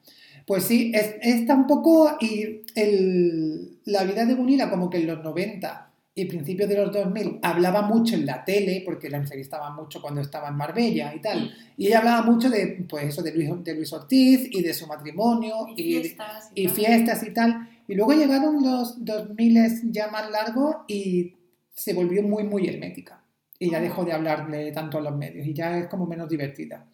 [SPEAKER 2] Pues sí, es, es tampoco y el, la vida de Gunila como que en los 90 y principios de los 2000 hablaba mucho en la tele, porque la entrevistaba mucho cuando estaba en Marbella y
[SPEAKER 1] Mm.
[SPEAKER 2] tal. Y ella hablaba mucho de, pues eso, de Luis, de Luis Ortiz y de su matrimonio
[SPEAKER 1] Y
[SPEAKER 2] y,
[SPEAKER 1] fiestas.
[SPEAKER 2] y
[SPEAKER 1] tal.
[SPEAKER 2] fiestas y tal. Y luego llegaron los 2000 ya más largos y se volvió muy, muy hermética. Y ya dejó de hablarle tanto a los medios y ya es como menos divertida.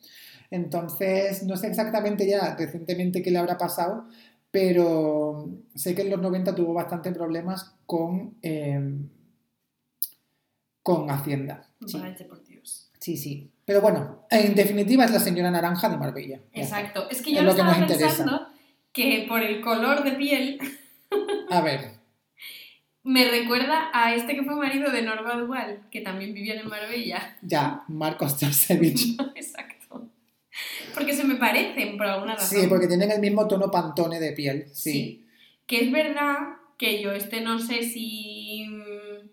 [SPEAKER 2] Entonces, no sé exactamente ya recientemente qué le habrá pasado, pero sé que en los 90 tuvo bastante problemas con, eh, con Hacienda. Sí,
[SPEAKER 1] Vaya, por Dios.
[SPEAKER 2] sí, sí. Pero bueno, en definitiva es la señora naranja de Marbella. Ya está.
[SPEAKER 1] Exacto. Es que
[SPEAKER 2] Es
[SPEAKER 1] yo
[SPEAKER 2] lo que
[SPEAKER 1] estaba
[SPEAKER 2] nos interesa.
[SPEAKER 1] pensando que por el color de piel
[SPEAKER 2] A ver,
[SPEAKER 1] me recuerda a este que fue marido de Norma Dual, que también vivían en Marbella.
[SPEAKER 2] ya, Marcos Tercevich.
[SPEAKER 1] Exacto. Porque se me parecen por alguna razón.
[SPEAKER 2] Sí, porque tienen el mismo tono pantone de piel. Sí.
[SPEAKER 1] Sí. Que es verdad que yo este no sé si mm,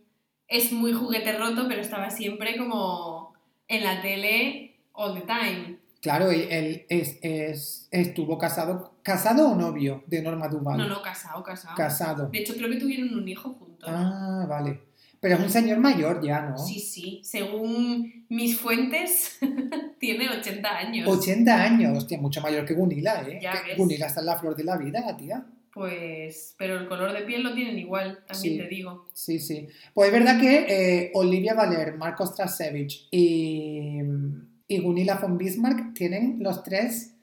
[SPEAKER 1] es muy juguete roto, pero estaba siempre como en la tele all the time.
[SPEAKER 2] Claro, él, él es, es- estuvo casado. ¿Casado o novio de Norma Duval?
[SPEAKER 1] No, no, casado, casado.
[SPEAKER 2] Casado.
[SPEAKER 1] De hecho, creo que tuvieron un hijo juntos.
[SPEAKER 2] Ah, vale. Pero es un señor mayor ya, ¿no?
[SPEAKER 1] Sí, sí. Según mis fuentes, tiene 80 años.
[SPEAKER 2] 80 años, hostia, mucho mayor que Gunila, ¿eh?
[SPEAKER 1] Ya
[SPEAKER 2] Que
[SPEAKER 1] ves.
[SPEAKER 2] Gunila está en la flor de la vida, tía.
[SPEAKER 1] Pues, pero el color de piel lo tienen igual, también
[SPEAKER 2] Sí.
[SPEAKER 1] te digo.
[SPEAKER 2] Sí, sí. Pues es verdad que eh, Olivia Valer, Marcos Trasevich y, y Gunilla von Bismarck tienen los tres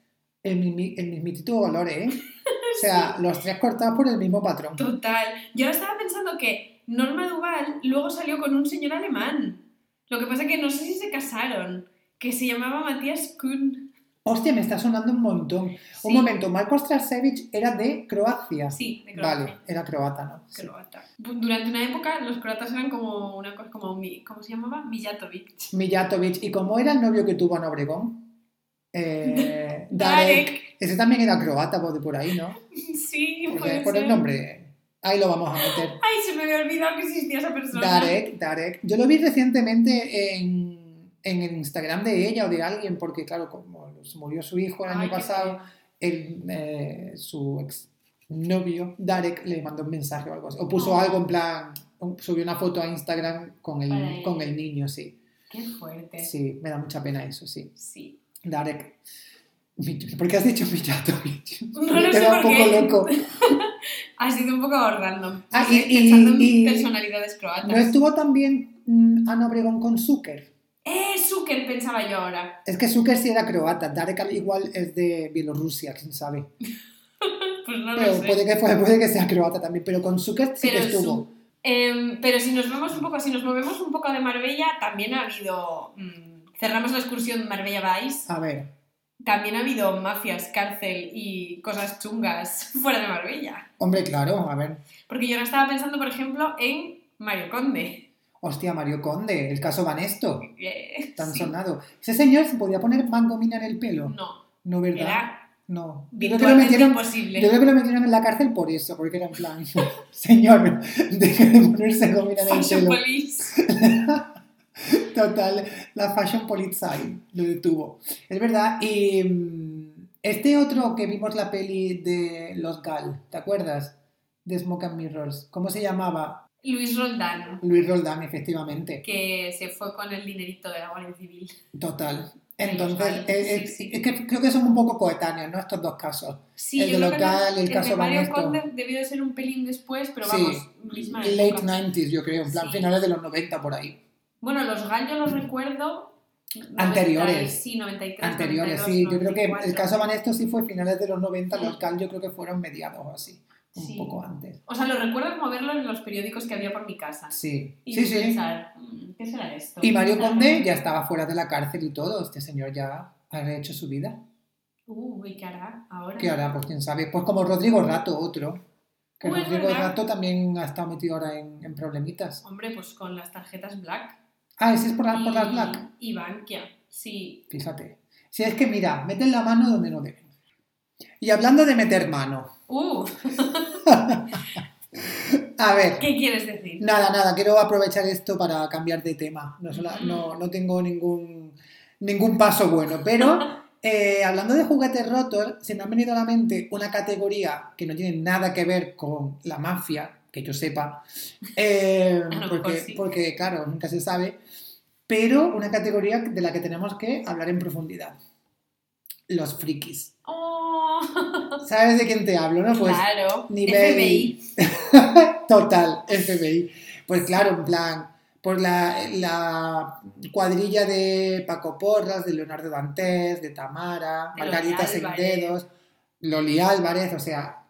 [SPEAKER 2] el, mimi- el mismitito valor, ¿eh? O sea, los tres cortados por el mismo patrón.
[SPEAKER 1] Total. Yo ahora estaba pensando que Norma Duval luego salió con un señor alemán. Lo que pasa que no sé si se casaron, que se llamaba Matías Kuhn.
[SPEAKER 2] Hostia, me está sonando un montón.
[SPEAKER 1] Sí,
[SPEAKER 2] Un momento, Marcos Trasevich era de Croacia.
[SPEAKER 1] Sí, de Croacia.
[SPEAKER 2] Vale, era croata, ¿no? Sí.
[SPEAKER 1] Croata. Durante una época los croatas eran como una cosa como mi- ¿cómo se llamaba? Mijatovic.
[SPEAKER 2] Mijatovic. ¿Y cómo era el novio que tuvo en Obregón? Eh, Darek. Ese también era croata, por por ahí, ¿no?
[SPEAKER 1] Sí, puede
[SPEAKER 2] Porque Por
[SPEAKER 1] ser. Pues
[SPEAKER 2] el nombre. Ahí lo vamos a meter.
[SPEAKER 1] Ay, se me había olvidado que existía esa persona.
[SPEAKER 2] Darek, Darek. Yo lo vi recientemente en, en el Instagram de ella o de alguien, porque claro, como se murió su hijo el
[SPEAKER 1] Ay,
[SPEAKER 2] año
[SPEAKER 1] qué
[SPEAKER 2] pasado,
[SPEAKER 1] feo.
[SPEAKER 2] el, eh, su ex novio, Darek, le mandó un mensaje o algo así. O puso
[SPEAKER 1] Oh.
[SPEAKER 2] algo en plan, un- subió una foto a Instagram con
[SPEAKER 1] Para
[SPEAKER 2] el,
[SPEAKER 1] él.
[SPEAKER 2] con el niño, sí.
[SPEAKER 1] Qué fuerte. Sí.
[SPEAKER 2] Sí, me da mucha pena eso, sí. Darek. Mi- ¿Por qué has dicho Mijatovic?
[SPEAKER 1] No lo
[SPEAKER 2] Te
[SPEAKER 1] sé
[SPEAKER 2] da un
[SPEAKER 1] por
[SPEAKER 2] poco
[SPEAKER 1] qué.
[SPEAKER 2] loco.
[SPEAKER 1] Ha sido un poco random.
[SPEAKER 2] Ah,
[SPEAKER 1] Sí,
[SPEAKER 2] y- y-
[SPEAKER 1] pensando en
[SPEAKER 2] y-
[SPEAKER 1] personalidades croatas.
[SPEAKER 2] ¿No estuvo también mm, Ana Obregón con Zucker?
[SPEAKER 1] ¡Eh, Zucker! Pensaba yo ahora.
[SPEAKER 2] Es que Zucker sí era croata, Darek al igual es de Bielorrusia, quién sabe.
[SPEAKER 1] Pues no lo
[SPEAKER 2] Pero
[SPEAKER 1] sé.
[SPEAKER 2] puede que, fue- puede que sea croata también, pero con Zucker sí
[SPEAKER 1] Pero
[SPEAKER 2] que estuvo.
[SPEAKER 1] su- Em, pero si nos vamos un poco, si nos movemos un poco de Marbella, también ha habido. mm, cerramos la excursión Marbella Vice.
[SPEAKER 2] A ver,
[SPEAKER 1] También ha habido mafias, cárcel y cosas chungas fuera de Marbella.
[SPEAKER 2] hombre, claro, a ver.
[SPEAKER 1] Porque yo ahora estaba pensando, por ejemplo, en Mario Conde.
[SPEAKER 2] Hostia, Mario Conde, el caso Vanesto,
[SPEAKER 1] Eh,
[SPEAKER 2] tan
[SPEAKER 1] sí.
[SPEAKER 2] sonado. Ese señor se podía poner mangomina en el pelo.
[SPEAKER 1] No,
[SPEAKER 2] No, ¿verdad?
[SPEAKER 1] era
[SPEAKER 2] No. Yo creo, que lo
[SPEAKER 1] virtualmente
[SPEAKER 2] metieron, yo
[SPEAKER 1] imposible.
[SPEAKER 2] creo que lo metieron en la cárcel por eso, porque era en plan, señor, deje de ponerse gomina en el
[SPEAKER 1] Fashion
[SPEAKER 2] pelo.
[SPEAKER 1] Police.
[SPEAKER 2] Total, la Fashion Polizei lo detuvo. Es verdad, y mm, este otro que vimos la peli de los Gal, ¿te acuerdas? De Smoke and Mirrors. ¿Cómo se llamaba?
[SPEAKER 1] Luis Roldán,
[SPEAKER 2] Luis Roldán, efectivamente.
[SPEAKER 1] que se fue con el dinerito de la Guardia Civil.
[SPEAKER 2] Total.
[SPEAKER 1] Los
[SPEAKER 2] Entonces,
[SPEAKER 1] Gal,
[SPEAKER 2] es,
[SPEAKER 1] sí,
[SPEAKER 2] es-
[SPEAKER 1] sí.
[SPEAKER 2] es que creo que son un poco coetáneos, ¿no? Estos dos casos.
[SPEAKER 1] Sí,
[SPEAKER 2] El
[SPEAKER 1] yo
[SPEAKER 2] de
[SPEAKER 1] creo que
[SPEAKER 2] local, el
[SPEAKER 1] de
[SPEAKER 2] caso
[SPEAKER 1] Mario
[SPEAKER 2] Vanesto.
[SPEAKER 1] Conde debió de ser un pelín después, pero
[SPEAKER 2] Sí.
[SPEAKER 1] vamos, misma
[SPEAKER 2] Late
[SPEAKER 1] época.
[SPEAKER 2] 90s, yo creo, en plan
[SPEAKER 1] Sí.
[SPEAKER 2] finales de los 90 por ahí.
[SPEAKER 1] Bueno, los gallos los recuerdo. 90
[SPEAKER 2] Anteriores.
[SPEAKER 1] sí, 93.
[SPEAKER 2] Anteriores,
[SPEAKER 1] 92,
[SPEAKER 2] sí. Yo creo que
[SPEAKER 1] 94.
[SPEAKER 2] el caso Vanesto sí fue finales de los 90, los
[SPEAKER 1] Mm.
[SPEAKER 2] Gal yo creo que fueron mediados o así, un
[SPEAKER 1] Sí.
[SPEAKER 2] poco antes.
[SPEAKER 1] O sea, lo recuerdo como verlo en los periódicos que había por mi casa.
[SPEAKER 2] Sí,
[SPEAKER 1] Y
[SPEAKER 2] sí, sí.
[SPEAKER 1] pensar, "Mm, ¿qué será esto?
[SPEAKER 2] Y Mario
[SPEAKER 1] ¿Qué será?".
[SPEAKER 2] Conde ya estaba fuera de la cárcel y todo. Este señor ya ha hecho su vida.
[SPEAKER 1] Uy, ¿qué hará ahora?
[SPEAKER 2] ¿Qué hará? Pues quién sabe. Pues como Rodrigo Rato, otro. Que
[SPEAKER 1] Pues,
[SPEAKER 2] Rodrigo
[SPEAKER 1] ¿verdad?
[SPEAKER 2] Rato también ha estado metido ahora en, en problemitas.
[SPEAKER 1] Hombre, pues con las tarjetas Black.
[SPEAKER 2] Ah, ese es por, la-
[SPEAKER 1] y,
[SPEAKER 2] por las Black.
[SPEAKER 1] Y Bankia, sí.
[SPEAKER 2] Fíjate. Si es que mira, meten la mano donde no deben. Y hablando de meter mano.
[SPEAKER 1] Uh,
[SPEAKER 2] A ver.
[SPEAKER 1] ¿qué quieres decir?
[SPEAKER 2] Nada, nada, quiero aprovechar esto para cambiar de tema. No, sola- no, no tengo ningún, ningún paso bueno, pero eh, hablando de juguetes rotos, se me ha venido a la mente una categoría que no tiene nada que ver con la mafia, que yo sepa, eh,
[SPEAKER 1] A lo mejor
[SPEAKER 2] porque,
[SPEAKER 1] sí.
[SPEAKER 2] porque, claro, nunca se sabe, pero una categoría de la que tenemos que hablar en profundidad. Los frikis.
[SPEAKER 1] ¡Oh!
[SPEAKER 2] ¿Sabes de quién te hablo, no? Pues
[SPEAKER 1] claro.
[SPEAKER 2] nivel-
[SPEAKER 1] FBI.
[SPEAKER 2] Total, FBI. Pues claro, en plan, por la, la cuadrilla de Paco Porras, de Leonardo Dantes, de Tamara,
[SPEAKER 1] De Loli
[SPEAKER 2] Margarita Sin
[SPEAKER 1] Álvarez.
[SPEAKER 2] Dedos, Loli Álvarez, o sea,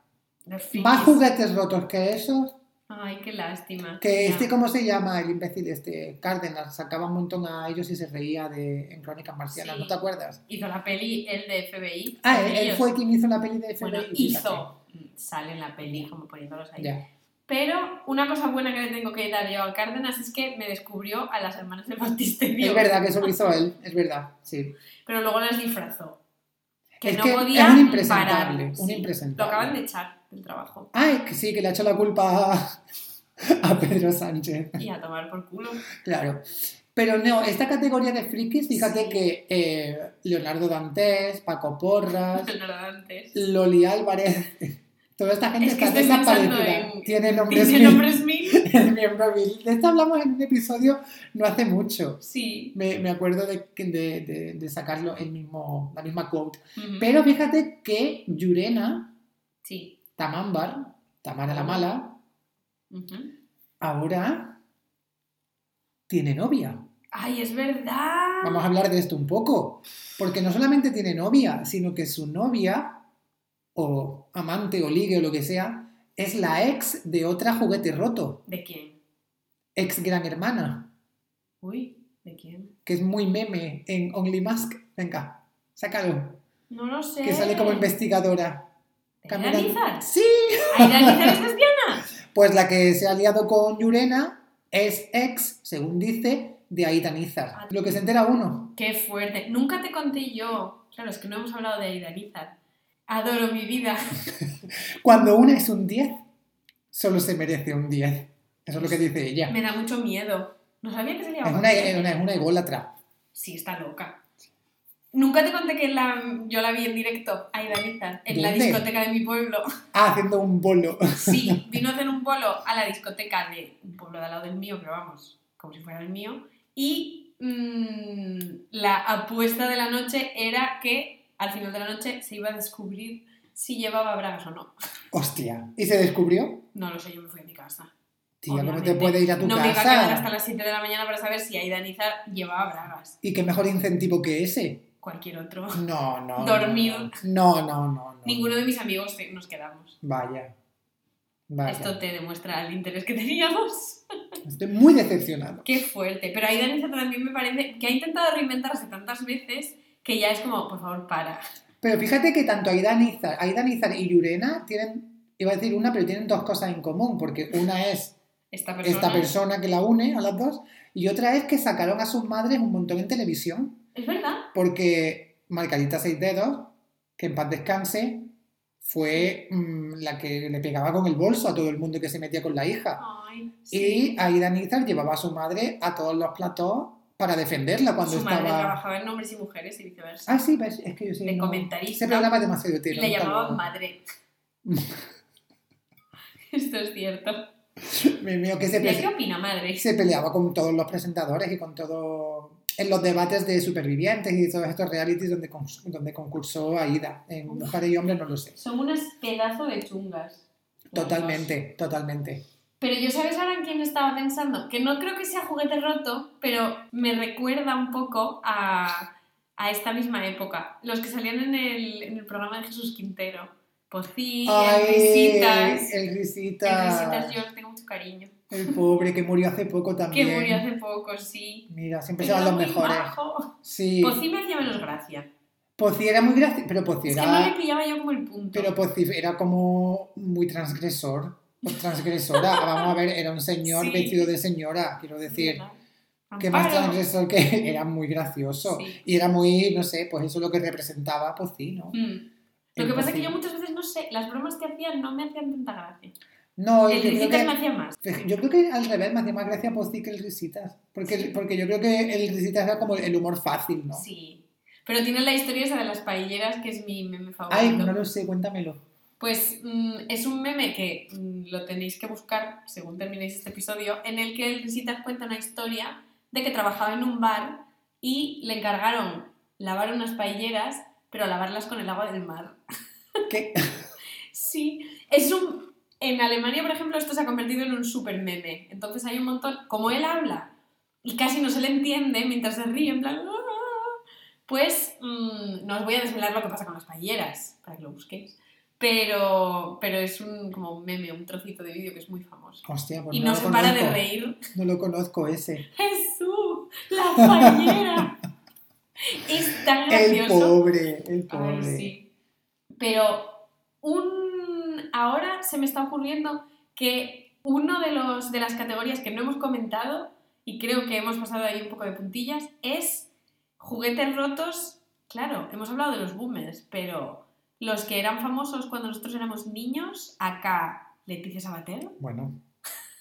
[SPEAKER 1] Los frikis.
[SPEAKER 2] más juguetes rotos que esos.
[SPEAKER 1] Ay, qué lástima.
[SPEAKER 2] Que
[SPEAKER 1] Ya.
[SPEAKER 2] este, ¿cómo se llama? El imbécil este, Cárdenas, sacaba un montón a ellos y se reía de, en Crónicas Marcianas,
[SPEAKER 1] Sí.
[SPEAKER 2] ¿no te acuerdas?
[SPEAKER 1] Hizo la peli, el de FBI.
[SPEAKER 2] Ah, él, él
[SPEAKER 1] Ellos.
[SPEAKER 2] fue quien hizo la peli de FBI.
[SPEAKER 1] Bueno,
[SPEAKER 2] fíjate.
[SPEAKER 1] hizo. Sale en la peli como poniéndolos ahí.
[SPEAKER 2] Ya.
[SPEAKER 1] Pero una cosa buena que le tengo que dar yo a Cárdenas es que me descubrió a las hermanas del Baptisterio.
[SPEAKER 2] Es verdad que eso lo hizo él, es verdad, sí.
[SPEAKER 1] Pero luego las disfrazó. Que
[SPEAKER 2] es
[SPEAKER 1] no
[SPEAKER 2] que
[SPEAKER 1] podía
[SPEAKER 2] es un
[SPEAKER 1] parar.
[SPEAKER 2] impresentable, un
[SPEAKER 1] Sí. Lo
[SPEAKER 2] impresentable.
[SPEAKER 1] acaban de echar del trabajo.
[SPEAKER 2] Ah, es que sí, que le ha hecho la culpa a, a Pedro Sánchez,
[SPEAKER 1] Y a tomar por culo.
[SPEAKER 2] claro. Pero no, esta categoría de frikis, fíjate
[SPEAKER 1] Sí.
[SPEAKER 2] que eh, Leonardo Dantes, Paco Porras,
[SPEAKER 1] No era antes.
[SPEAKER 2] Loli Álvarez, toda esta gente
[SPEAKER 1] Es que
[SPEAKER 2] está
[SPEAKER 1] estoy pensando
[SPEAKER 2] desaparecida.
[SPEAKER 1] en-
[SPEAKER 2] Tiene nombres
[SPEAKER 1] ¿Tiene
[SPEAKER 2] mil.
[SPEAKER 1] nombres mil?
[SPEAKER 2] el miembro viril. De esto hablamos en un episodio no hace mucho.
[SPEAKER 1] Sí.
[SPEAKER 2] Me, me acuerdo de, de- de- de sacarlo el mismo, la misma quote.
[SPEAKER 1] Ujú.
[SPEAKER 2] Pero fíjate que Yurena,
[SPEAKER 1] Sí.
[SPEAKER 2] Tamambar, Tamara la Mala,
[SPEAKER 1] Ujú.
[SPEAKER 2] ahora tiene novia.
[SPEAKER 1] Ay, es verdad.
[SPEAKER 2] Vamos a hablar de esto un poco. Porque no solamente tiene novia, sino que su novia, o amante, o ligue, o lo que sea, es la ex de otra juguete roto,
[SPEAKER 1] ¿De quién?
[SPEAKER 2] ex gran hermana.
[SPEAKER 1] Uy, ¿de quién?
[SPEAKER 2] que es muy meme en Only Mask. Venga, sácalo.
[SPEAKER 1] No lo sé.
[SPEAKER 2] Que sale como investigadora.
[SPEAKER 1] ¿Aira
[SPEAKER 2] Caminando.
[SPEAKER 1] Lizar?
[SPEAKER 2] Sí.
[SPEAKER 1] ¿Aira Lizar es lesbiana?
[SPEAKER 2] Pues la que se ha liado con Yurena es ex, según dice, de Aida Nizar. Lo que se entera uno.
[SPEAKER 1] Qué fuerte. Nunca te conté yo. Claro, es que no hemos hablado de Aida Lizar. Adoro mi vida.
[SPEAKER 2] Cuando una es un 10, solo se merece un 10. Eso es lo que dice ella.
[SPEAKER 1] Me da mucho miedo. No sabía que se
[SPEAKER 2] Es
[SPEAKER 1] llamaba.
[SPEAKER 2] una, es una, es una ególatra.
[SPEAKER 1] Sí, está loca. Nunca te conté que la- yo la vi en directo, Aida Lizar, en la
[SPEAKER 2] ¿Dónde?
[SPEAKER 1] discoteca de mi pueblo.
[SPEAKER 2] Ah, haciendo un bolo.
[SPEAKER 1] Sí, vino a hacer un bolo a la discoteca de un pueblo de al lado del mío, pero vamos, como si fuera el mío. Y mm, la apuesta de la noche era que al final de la noche se iba a descubrir si llevaba bragas o no.
[SPEAKER 2] Hostia. ¿Y se descubrió?
[SPEAKER 1] No lo sé, yo me fui a mi casa.
[SPEAKER 2] Tía, ¿cómo te
[SPEAKER 1] Obviamente.
[SPEAKER 2] puede ir a tu
[SPEAKER 1] no me iba a quedar hasta
[SPEAKER 2] casa?
[SPEAKER 1] las 7 de la mañana para saber si Aida Nizar llevaba bragas.
[SPEAKER 2] ¿Y qué mejor incentivo que ese?
[SPEAKER 1] Cualquier otro.
[SPEAKER 2] No, no. no,
[SPEAKER 1] Dormir.
[SPEAKER 2] No, no, no. no.
[SPEAKER 1] Ninguno de mis amigos se- nos quedamos.
[SPEAKER 2] Vaya. Vaya.
[SPEAKER 1] Esto te demuestra el interés que teníamos.
[SPEAKER 2] Estoy muy decepcionado.
[SPEAKER 1] Qué fuerte. Pero Aida Nizar también me parece que ha intentado reinventarse tantas veces que ya es como, por favor, para.
[SPEAKER 2] Pero fíjate que tanto Aida Nizar, Aida Nizar y Yurena tienen, iba a decir una, pero tienen dos cosas en común, porque una es
[SPEAKER 1] Esta persona.
[SPEAKER 2] esta persona que la une a las dos, y otra es que sacaron a sus madres un montón en televisión,
[SPEAKER 1] Es verdad.
[SPEAKER 2] porque Margarita Seis Dedos, que en paz descanse, fue mm, la que le pegaba con el bolso a todo el mundo que se metía con la hija.
[SPEAKER 1] Ay, sí.
[SPEAKER 2] Y Aida Nizar llevaba a su madre a todos los platós para defenderla cuando
[SPEAKER 1] Su
[SPEAKER 2] estaba...
[SPEAKER 1] madre trabajaba en hombres y mujeres y viceversa.
[SPEAKER 2] Ah, sí, ves, es que yo sí.
[SPEAKER 1] De
[SPEAKER 2] no-
[SPEAKER 1] comentarista.
[SPEAKER 2] Ese programa es demasiado
[SPEAKER 1] y
[SPEAKER 2] tiro.
[SPEAKER 1] le
[SPEAKER 2] nunca lo-
[SPEAKER 1] llamaban madre. Esto es cierto.
[SPEAKER 2] Me mío, que se,
[SPEAKER 1] ¿De
[SPEAKER 2] pele-
[SPEAKER 1] qué opina madre?
[SPEAKER 2] se peleaba con todos los presentadores y con todo. En los debates de supervivientes y de todos estos realities donde, con- donde concursó Aida. En
[SPEAKER 1] Uf.
[SPEAKER 2] Mujeres y Hombres no lo sé.
[SPEAKER 1] Son unas pedazo de chungas.
[SPEAKER 2] Totalmente, totalmente.
[SPEAKER 1] Pero yo sabes ahora en quién estaba pensando, que no creo que sea juguete roto, pero me recuerda un poco a, a esta misma época. Los que salían en el, en el programa de Jesús Quintero. Pocillas, Visitas.
[SPEAKER 2] el
[SPEAKER 1] El
[SPEAKER 2] risita.
[SPEAKER 1] Visitas yo le tengo mucho cariño.
[SPEAKER 2] El pobre que murió hace poco
[SPEAKER 1] Que
[SPEAKER 2] también.
[SPEAKER 1] murió hace poco, sí.
[SPEAKER 2] Mira, siempre
[SPEAKER 1] Pero
[SPEAKER 2] son
[SPEAKER 1] era
[SPEAKER 2] los
[SPEAKER 1] muy
[SPEAKER 2] mejores.
[SPEAKER 1] majo.
[SPEAKER 2] ¿eh? Sí.
[SPEAKER 1] Pocí me hacía menos gracia.
[SPEAKER 2] Poci era muy gracioso. Pero Poci
[SPEAKER 1] Es
[SPEAKER 2] era.
[SPEAKER 1] que no le pillaba yo como el punto.
[SPEAKER 2] Pero Pozzi era como muy transgresor, o transgresora. Vamos a ver, era un señor
[SPEAKER 1] Sí.
[SPEAKER 2] vestido de señora, quiero decir.
[SPEAKER 1] Amparo.
[SPEAKER 2] Que más transgresor que era muy gracioso.
[SPEAKER 1] Sí.
[SPEAKER 2] Y era muy, no sé, pues eso es lo que representaba Pozzi, ¿no?
[SPEAKER 1] Mm. Lo que
[SPEAKER 2] El
[SPEAKER 1] pasa es que
[SPEAKER 2] Pozzi.
[SPEAKER 1] yo muchas veces no sé, las bromas que hacían no me hacían tanta gracia.
[SPEAKER 2] No,
[SPEAKER 1] El
[SPEAKER 2] yo creo,
[SPEAKER 1] Ricitas me
[SPEAKER 2] que,
[SPEAKER 1] hacía más.
[SPEAKER 2] yo creo que al revés me hacía más gracia Pozzi que el Risitas. Porque, porque yo creo que el Risitas era como el humor fácil, ¿no?
[SPEAKER 1] Sí. Pero tiene la historia esa de las pailleras, que es mi meme favorito.
[SPEAKER 2] Ay, no lo sé, cuéntamelo.
[SPEAKER 1] Pues mm, es un meme que mm, lo tenéis que buscar según terminéis este episodio, en el que el visitas cuenta una historia de que trabajaba en un bar y le encargaron lavar unas paelleras, pero lavarlas con el agua del mar.
[SPEAKER 2] ¿Qué?
[SPEAKER 1] Sí, es un... En Alemania, por ejemplo, esto se ha convertido en un super meme. Entonces hay un montón... Como él habla y casi no se le entiende mientras se ríe, en plan... "Ah", Pues mm, no os voy a desvelar lo que pasa con las paelleras, para que lo busquéis. Pero, pero es un como un meme, un trocito de vídeo que es muy famoso.
[SPEAKER 2] Hostia, pues
[SPEAKER 1] Y
[SPEAKER 2] no
[SPEAKER 1] no
[SPEAKER 2] lo
[SPEAKER 1] se para de
[SPEAKER 2] conozco.
[SPEAKER 1] reír.
[SPEAKER 2] No lo conozco ese.
[SPEAKER 1] ¡Jesús! ¡La paellera! es tan
[SPEAKER 2] El
[SPEAKER 1] gracioso.
[SPEAKER 2] pobre, el pobre.
[SPEAKER 1] Ay, sí. Pero un ahora se me está ocurriendo que uno de los de las categorías que no hemos comentado y creo que hemos pasado ahí un poco de puntillas es juguetes rotos. Claro, hemos hablado de los boomers, pero los que eran famosos cuando nosotros éramos niños, acá Leticia Sabater,
[SPEAKER 2] Bueno.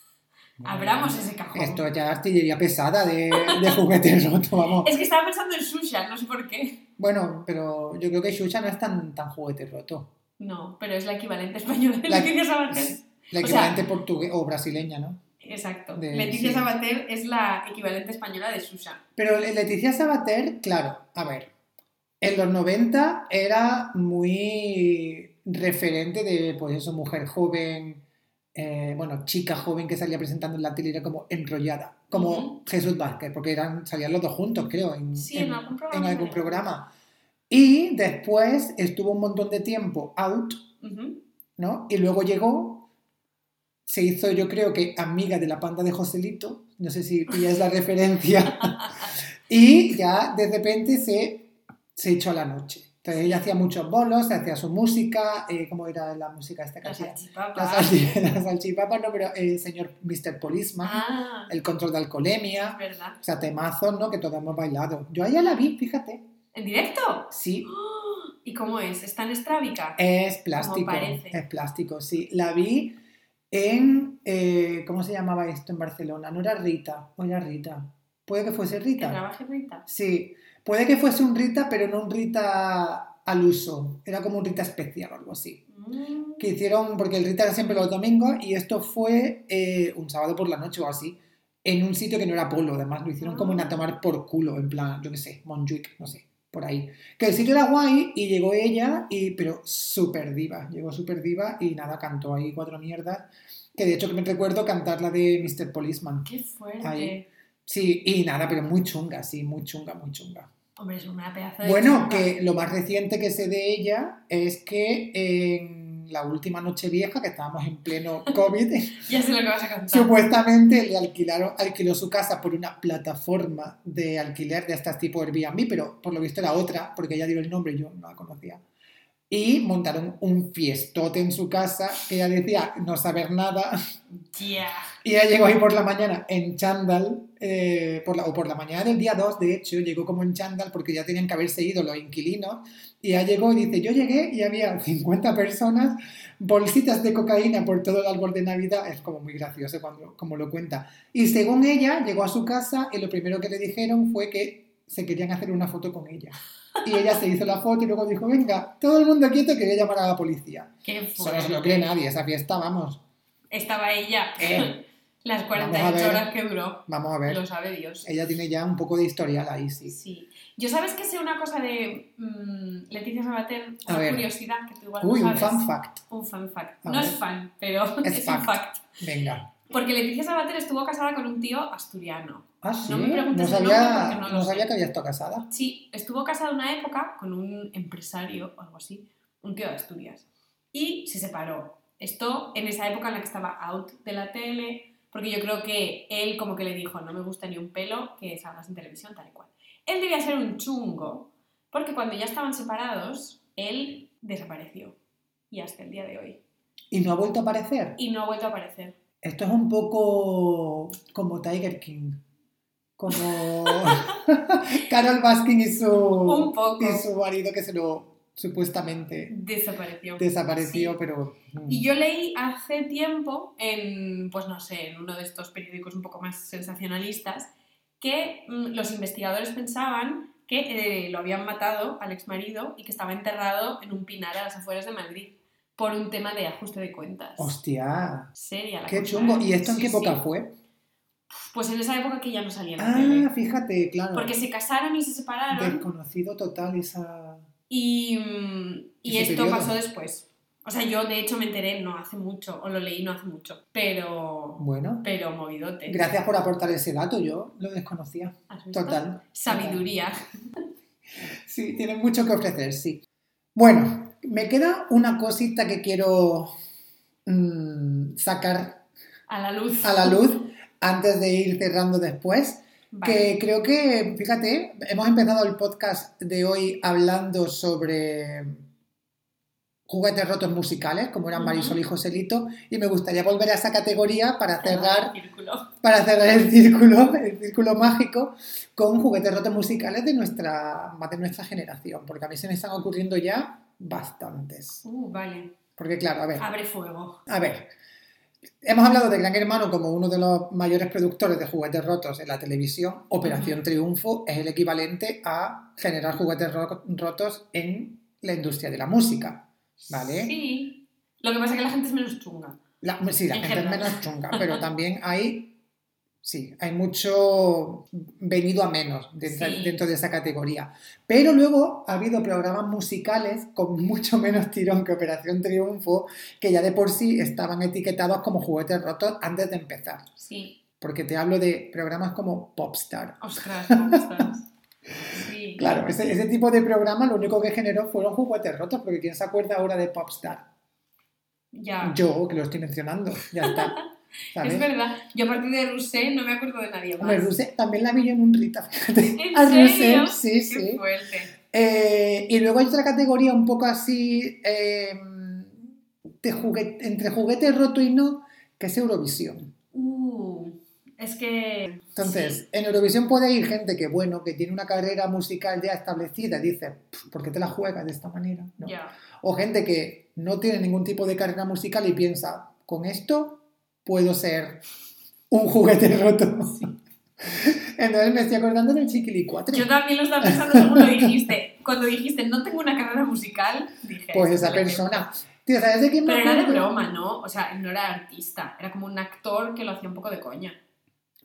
[SPEAKER 1] abramos ese cajón.
[SPEAKER 2] Esto ya es artillería pesada de, de juguetes roto, vamos.
[SPEAKER 1] Es que estaba pensando en Susha, no sé por qué.
[SPEAKER 2] Bueno, pero yo creo que Xuxa no es tan, tan juguete roto.
[SPEAKER 1] No, pero es la equivalente española de
[SPEAKER 2] La-
[SPEAKER 1] Leticia Sabater.
[SPEAKER 2] La
[SPEAKER 1] O sea-
[SPEAKER 2] equivalente portuguesa o brasileña, ¿no?
[SPEAKER 1] Exacto.
[SPEAKER 2] De-
[SPEAKER 1] Leticia
[SPEAKER 2] sí.
[SPEAKER 1] Sabater es la equivalente española de Susha.
[SPEAKER 2] Pero Le- Leticia Sabater, claro, a ver, en los 90 era muy referente de, pues eso, mujer joven, eh, bueno, chica joven que salía presentando en la tele, era como enrollada, como
[SPEAKER 1] Ujú.
[SPEAKER 2] Jesús Vázquez, porque eran, salían los dos juntos, creo, en,
[SPEAKER 1] Sí, en algún programa.
[SPEAKER 2] en algún programa. Y después estuvo un montón de tiempo out,
[SPEAKER 1] Ujú.
[SPEAKER 2] ¿no? Y luego llegó, se hizo yo creo que amiga de la panda de Joselito, no sé si pillas la referencia, y ya de repente se, se echó a la noche. Entonces ella hacía muchos bolos, hacía su música, eh, ¿cómo era la música esta que
[SPEAKER 1] La
[SPEAKER 2] hacía?
[SPEAKER 1] salchipapa.
[SPEAKER 2] La salchi- la salchipapa, no, pero el señor Mr. Polisma,
[SPEAKER 1] Ah,
[SPEAKER 2] el control de
[SPEAKER 1] es
[SPEAKER 2] alcoholemia,
[SPEAKER 1] verdad.
[SPEAKER 2] o sea, temazos, ¿no? Que todos hemos bailado. Yo a ella la vi, fíjate,
[SPEAKER 1] ¿En directo?
[SPEAKER 2] sí,
[SPEAKER 1] ¡Oh! ¿Y cómo es? ¿Es tan estrábica?
[SPEAKER 2] Es plástico,
[SPEAKER 1] parece.
[SPEAKER 2] es plástico, sí. La vi en, eh, ¿cómo se llamaba esto en Barcelona? No era Rita, o era Rita. Puede que fuese
[SPEAKER 1] ¿Que
[SPEAKER 2] Rita.
[SPEAKER 1] trabaje Rita?
[SPEAKER 2] Sí, puede que fuese un Rita, pero no un Rita al uso. Era como un Rita especial o algo así.
[SPEAKER 1] Mm.
[SPEAKER 2] Que hicieron, porque el Rita era siempre los domingos y esto fue eh, un sábado por la noche o así, en un sitio que no era polo, además lo hicieron como una tomar por culo, en plan, yo qué sé, Montjuic, no sé, por ahí. Que el sitio era guay y llegó ella, y, pero súper diva, llegó súper diva y nada, cantó ahí cuatro mierdas, que de hecho que me recuerdo cantar la de Mr. Policeman.
[SPEAKER 1] ¡Qué fuerte!
[SPEAKER 2] Ahí. Sí, y nada, pero muy chunga, sí, muy chunga, muy chunga.
[SPEAKER 1] Hombre, es una pedazo de...
[SPEAKER 2] Bueno,
[SPEAKER 1] chica.
[SPEAKER 2] que lo más reciente que sé de ella es que en la última noche vieja, que estábamos en pleno COVID,
[SPEAKER 1] Ya sé lo que vas a contar.
[SPEAKER 2] supuestamente le alquilaron, alquiló su casa por una plataforma de alquiler de estas tipo Airbnb, pero por lo visto era otra, porque ella dio el nombre, yo no la conocía. Y montaron un fiestote en su casa que ella decía no saber nada.
[SPEAKER 1] Ya.
[SPEAKER 2] Y ella llegó ahí por la mañana en chándal, eh, por la, o por la mañana del día 2, de hecho, llegó como en chándal porque ya tenían que haberse ido los inquilinos. Y ella llegó y dice, yo llegué y había 50 personas, bolsitas de cocaína por todo el árbol de Navidad. Es como muy gracioso cuando, como lo cuenta. Y según ella, llegó a su casa y lo primero que le dijeron fue que se querían hacer una foto con ella. Y ella se hizo la foto y luego dijo, venga, todo el mundo quieto, quería llamar a la policía.
[SPEAKER 1] ¡Qué
[SPEAKER 2] Eso no
[SPEAKER 1] fuerte!
[SPEAKER 2] se lo cree nadie, esa fiesta, vamos.
[SPEAKER 1] Estaba ella
[SPEAKER 2] Eh,
[SPEAKER 1] las
[SPEAKER 2] Vamos
[SPEAKER 1] 48
[SPEAKER 2] a ver.
[SPEAKER 1] horas que duró.
[SPEAKER 2] vamos a ver.
[SPEAKER 1] Lo sabe Dios.
[SPEAKER 2] Ella tiene ya un poco de historial ahí, sí.
[SPEAKER 1] Sí. Yo sabes que sé una cosa de mm, Leticia Sabater,
[SPEAKER 2] A
[SPEAKER 1] una
[SPEAKER 2] ver.
[SPEAKER 1] curiosidad que tú igual
[SPEAKER 2] Uy,
[SPEAKER 1] no
[SPEAKER 2] un
[SPEAKER 1] sabes.
[SPEAKER 2] fan fact.
[SPEAKER 1] Un fan fact.
[SPEAKER 2] A
[SPEAKER 1] no
[SPEAKER 2] ver.
[SPEAKER 1] es fan, pero es,
[SPEAKER 2] Es
[SPEAKER 1] un
[SPEAKER 2] fact.
[SPEAKER 1] fact.
[SPEAKER 2] Venga.
[SPEAKER 1] Porque Leticia Sabater estuvo casada con un tío asturiano.
[SPEAKER 2] Ah, sí.
[SPEAKER 1] No me
[SPEAKER 2] No
[SPEAKER 1] preguntes el nombre
[SPEAKER 2] sabía,
[SPEAKER 1] porque no lo
[SPEAKER 2] no sabía
[SPEAKER 1] sé.
[SPEAKER 2] que había estado casada.
[SPEAKER 1] Sí, estuvo casada una época con un empresario o algo así, un tío de Asturias. Y se separó. Esto en esa época en la que estaba out de la tele, porque yo creo que él como que le dijo, no me gusta ni un pelo que salgas en televisión tal y cual. Él debía ser un chungo, porque cuando ya estaban separados, él desapareció. Y hasta el día de hoy.
[SPEAKER 2] Y no ha vuelto a aparecer.
[SPEAKER 1] Y no ha vuelto a aparecer.
[SPEAKER 2] Esto es un poco como Tiger King. Como Carol Baskin y
[SPEAKER 1] Un
[SPEAKER 2] su,
[SPEAKER 1] poco.
[SPEAKER 2] Oh, y su marido que se lo supuestamente
[SPEAKER 1] Desapareció.
[SPEAKER 2] desapareció,
[SPEAKER 1] Sí.
[SPEAKER 2] pero... mm,
[SPEAKER 1] Y yo leí hace tiempo en, pues no sé, en uno de estos periódicos un poco más sensacionalistas, que mm, los investigadores pensaban que eh, lo habían matado al exmarido y que estaba enterrado en un pinar a las afueras de Madrid. por un tema de ajuste de cuentas.
[SPEAKER 2] Hostia.
[SPEAKER 1] Seria la
[SPEAKER 2] Qué
[SPEAKER 1] cosa,
[SPEAKER 2] chungo.
[SPEAKER 1] ¿eh?
[SPEAKER 2] ¿Y esto en
[SPEAKER 1] Sí,
[SPEAKER 2] qué época
[SPEAKER 1] sí.
[SPEAKER 2] fue?
[SPEAKER 1] Pues en esa época que ya no salía la
[SPEAKER 2] Ah,
[SPEAKER 1] tele.
[SPEAKER 2] fíjate, claro.
[SPEAKER 1] Porque se casaron y se separaron
[SPEAKER 2] Desconocido total esa.
[SPEAKER 1] y, mm, y
[SPEAKER 2] Ese
[SPEAKER 1] esto
[SPEAKER 2] periodo.
[SPEAKER 1] pasó después. O sea, yo de hecho me enteré no hace mucho, o lo leí no hace mucho, pero,
[SPEAKER 2] Bueno,
[SPEAKER 1] pero movidote.
[SPEAKER 2] gracias por aportar ese dato, yo lo desconocía.
[SPEAKER 1] ¿Has visto?
[SPEAKER 2] Total.
[SPEAKER 1] Sabiduría.
[SPEAKER 2] Sí, tienen mucho que ofrecer, sí. Bueno, me queda una cosita que quiero mm, sacar
[SPEAKER 1] A la luz.
[SPEAKER 2] a la luz antes de ir cerrando después.
[SPEAKER 1] Vale.
[SPEAKER 2] Que creo que, fíjate, hemos empezado el podcast de hoy hablando sobre juguetes rotos musicales, como eran
[SPEAKER 1] Ujú.
[SPEAKER 2] Marisol y Joselito, y me gustaría volver a esa categoría para cerrar,
[SPEAKER 1] El círculo.
[SPEAKER 2] para cerrar el círculo, el círculo mágico, con juguetes rotos musicales de nuestra, más de nuestra generación, porque a mí se me están ocurriendo ya bastantes.
[SPEAKER 1] Uh, vale.
[SPEAKER 2] Porque claro, a ver,
[SPEAKER 1] Abre fuego.
[SPEAKER 2] a ver, hemos hablado de Gran Hermano como uno de los mayores productores de juguetes rotos en la televisión. Operación Triunfo es el equivalente a generar juguetes ro- rotos en la industria de la música. ¿Vale?
[SPEAKER 1] Sí. Lo que pasa es que la gente es menos chunga.
[SPEAKER 2] La- sí, la
[SPEAKER 1] En
[SPEAKER 2] gente es
[SPEAKER 1] general.
[SPEAKER 2] menos chunga, pero también hay. Sí, hay mucho venido a menos dentro,
[SPEAKER 1] Sí.
[SPEAKER 2] dentro de esa categoría. Pero luego ha habido programas musicales con mucho menos tirón que Operación Triunfo, que ya de por sí estaban etiquetados como juguetes rotos antes de empezar.
[SPEAKER 1] Sí.
[SPEAKER 2] Porque te hablo de programas como Popstar.
[SPEAKER 1] Ostras, ¿cómo estás? Sí.
[SPEAKER 2] Claro, ese, ese tipo de programa lo único que generó fueron juguetes rotos, porque ¿quién se acuerda ahora de Popstar?
[SPEAKER 1] Ya.
[SPEAKER 2] Yo, que lo estoy mencionando, ya está.
[SPEAKER 1] Ah.
[SPEAKER 2] ¿sabes?
[SPEAKER 1] Es verdad. Yo a partir de Rusé no me acuerdo de nadie más.
[SPEAKER 2] Hombre, Rusé también la vi yo en un Rita, fíjate.
[SPEAKER 1] ¿En
[SPEAKER 2] A Ah, Rusé,
[SPEAKER 1] serio?
[SPEAKER 2] sí,
[SPEAKER 1] Qué
[SPEAKER 2] sí.
[SPEAKER 1] fuerte.
[SPEAKER 2] Eh, y luego hay otra categoría un poco así, eh, de juguete- entre juguete roto y no, que es Eurovisión.
[SPEAKER 1] Uh, es que.
[SPEAKER 2] Entonces,
[SPEAKER 1] Sí.
[SPEAKER 2] en Eurovisión puede ir gente que, bueno, que tiene una carrera musical ya establecida y dice, "Pff, ¿por qué te la juegas de esta manera? ¿No?
[SPEAKER 1] Ya.
[SPEAKER 2] O gente que no tiene ningún tipo de carrera musical y piensa, con esto puedo ser un juguete roto. Entonces me estoy acordando del Chiquilicuatre.
[SPEAKER 1] Yo también lo estaba pensando según lo dijiste. Cuando dijiste no tengo una carrera musical, dije.
[SPEAKER 2] Pues
[SPEAKER 1] "Esto
[SPEAKER 2] esa
[SPEAKER 1] es lo que-".
[SPEAKER 2] persona. Tío, ¿sabes de quién me
[SPEAKER 1] Pero era de
[SPEAKER 2] acuerdo?
[SPEAKER 1] broma, ¿no? O sea, no era artista. Era como un actor que lo hacía un poco de coña.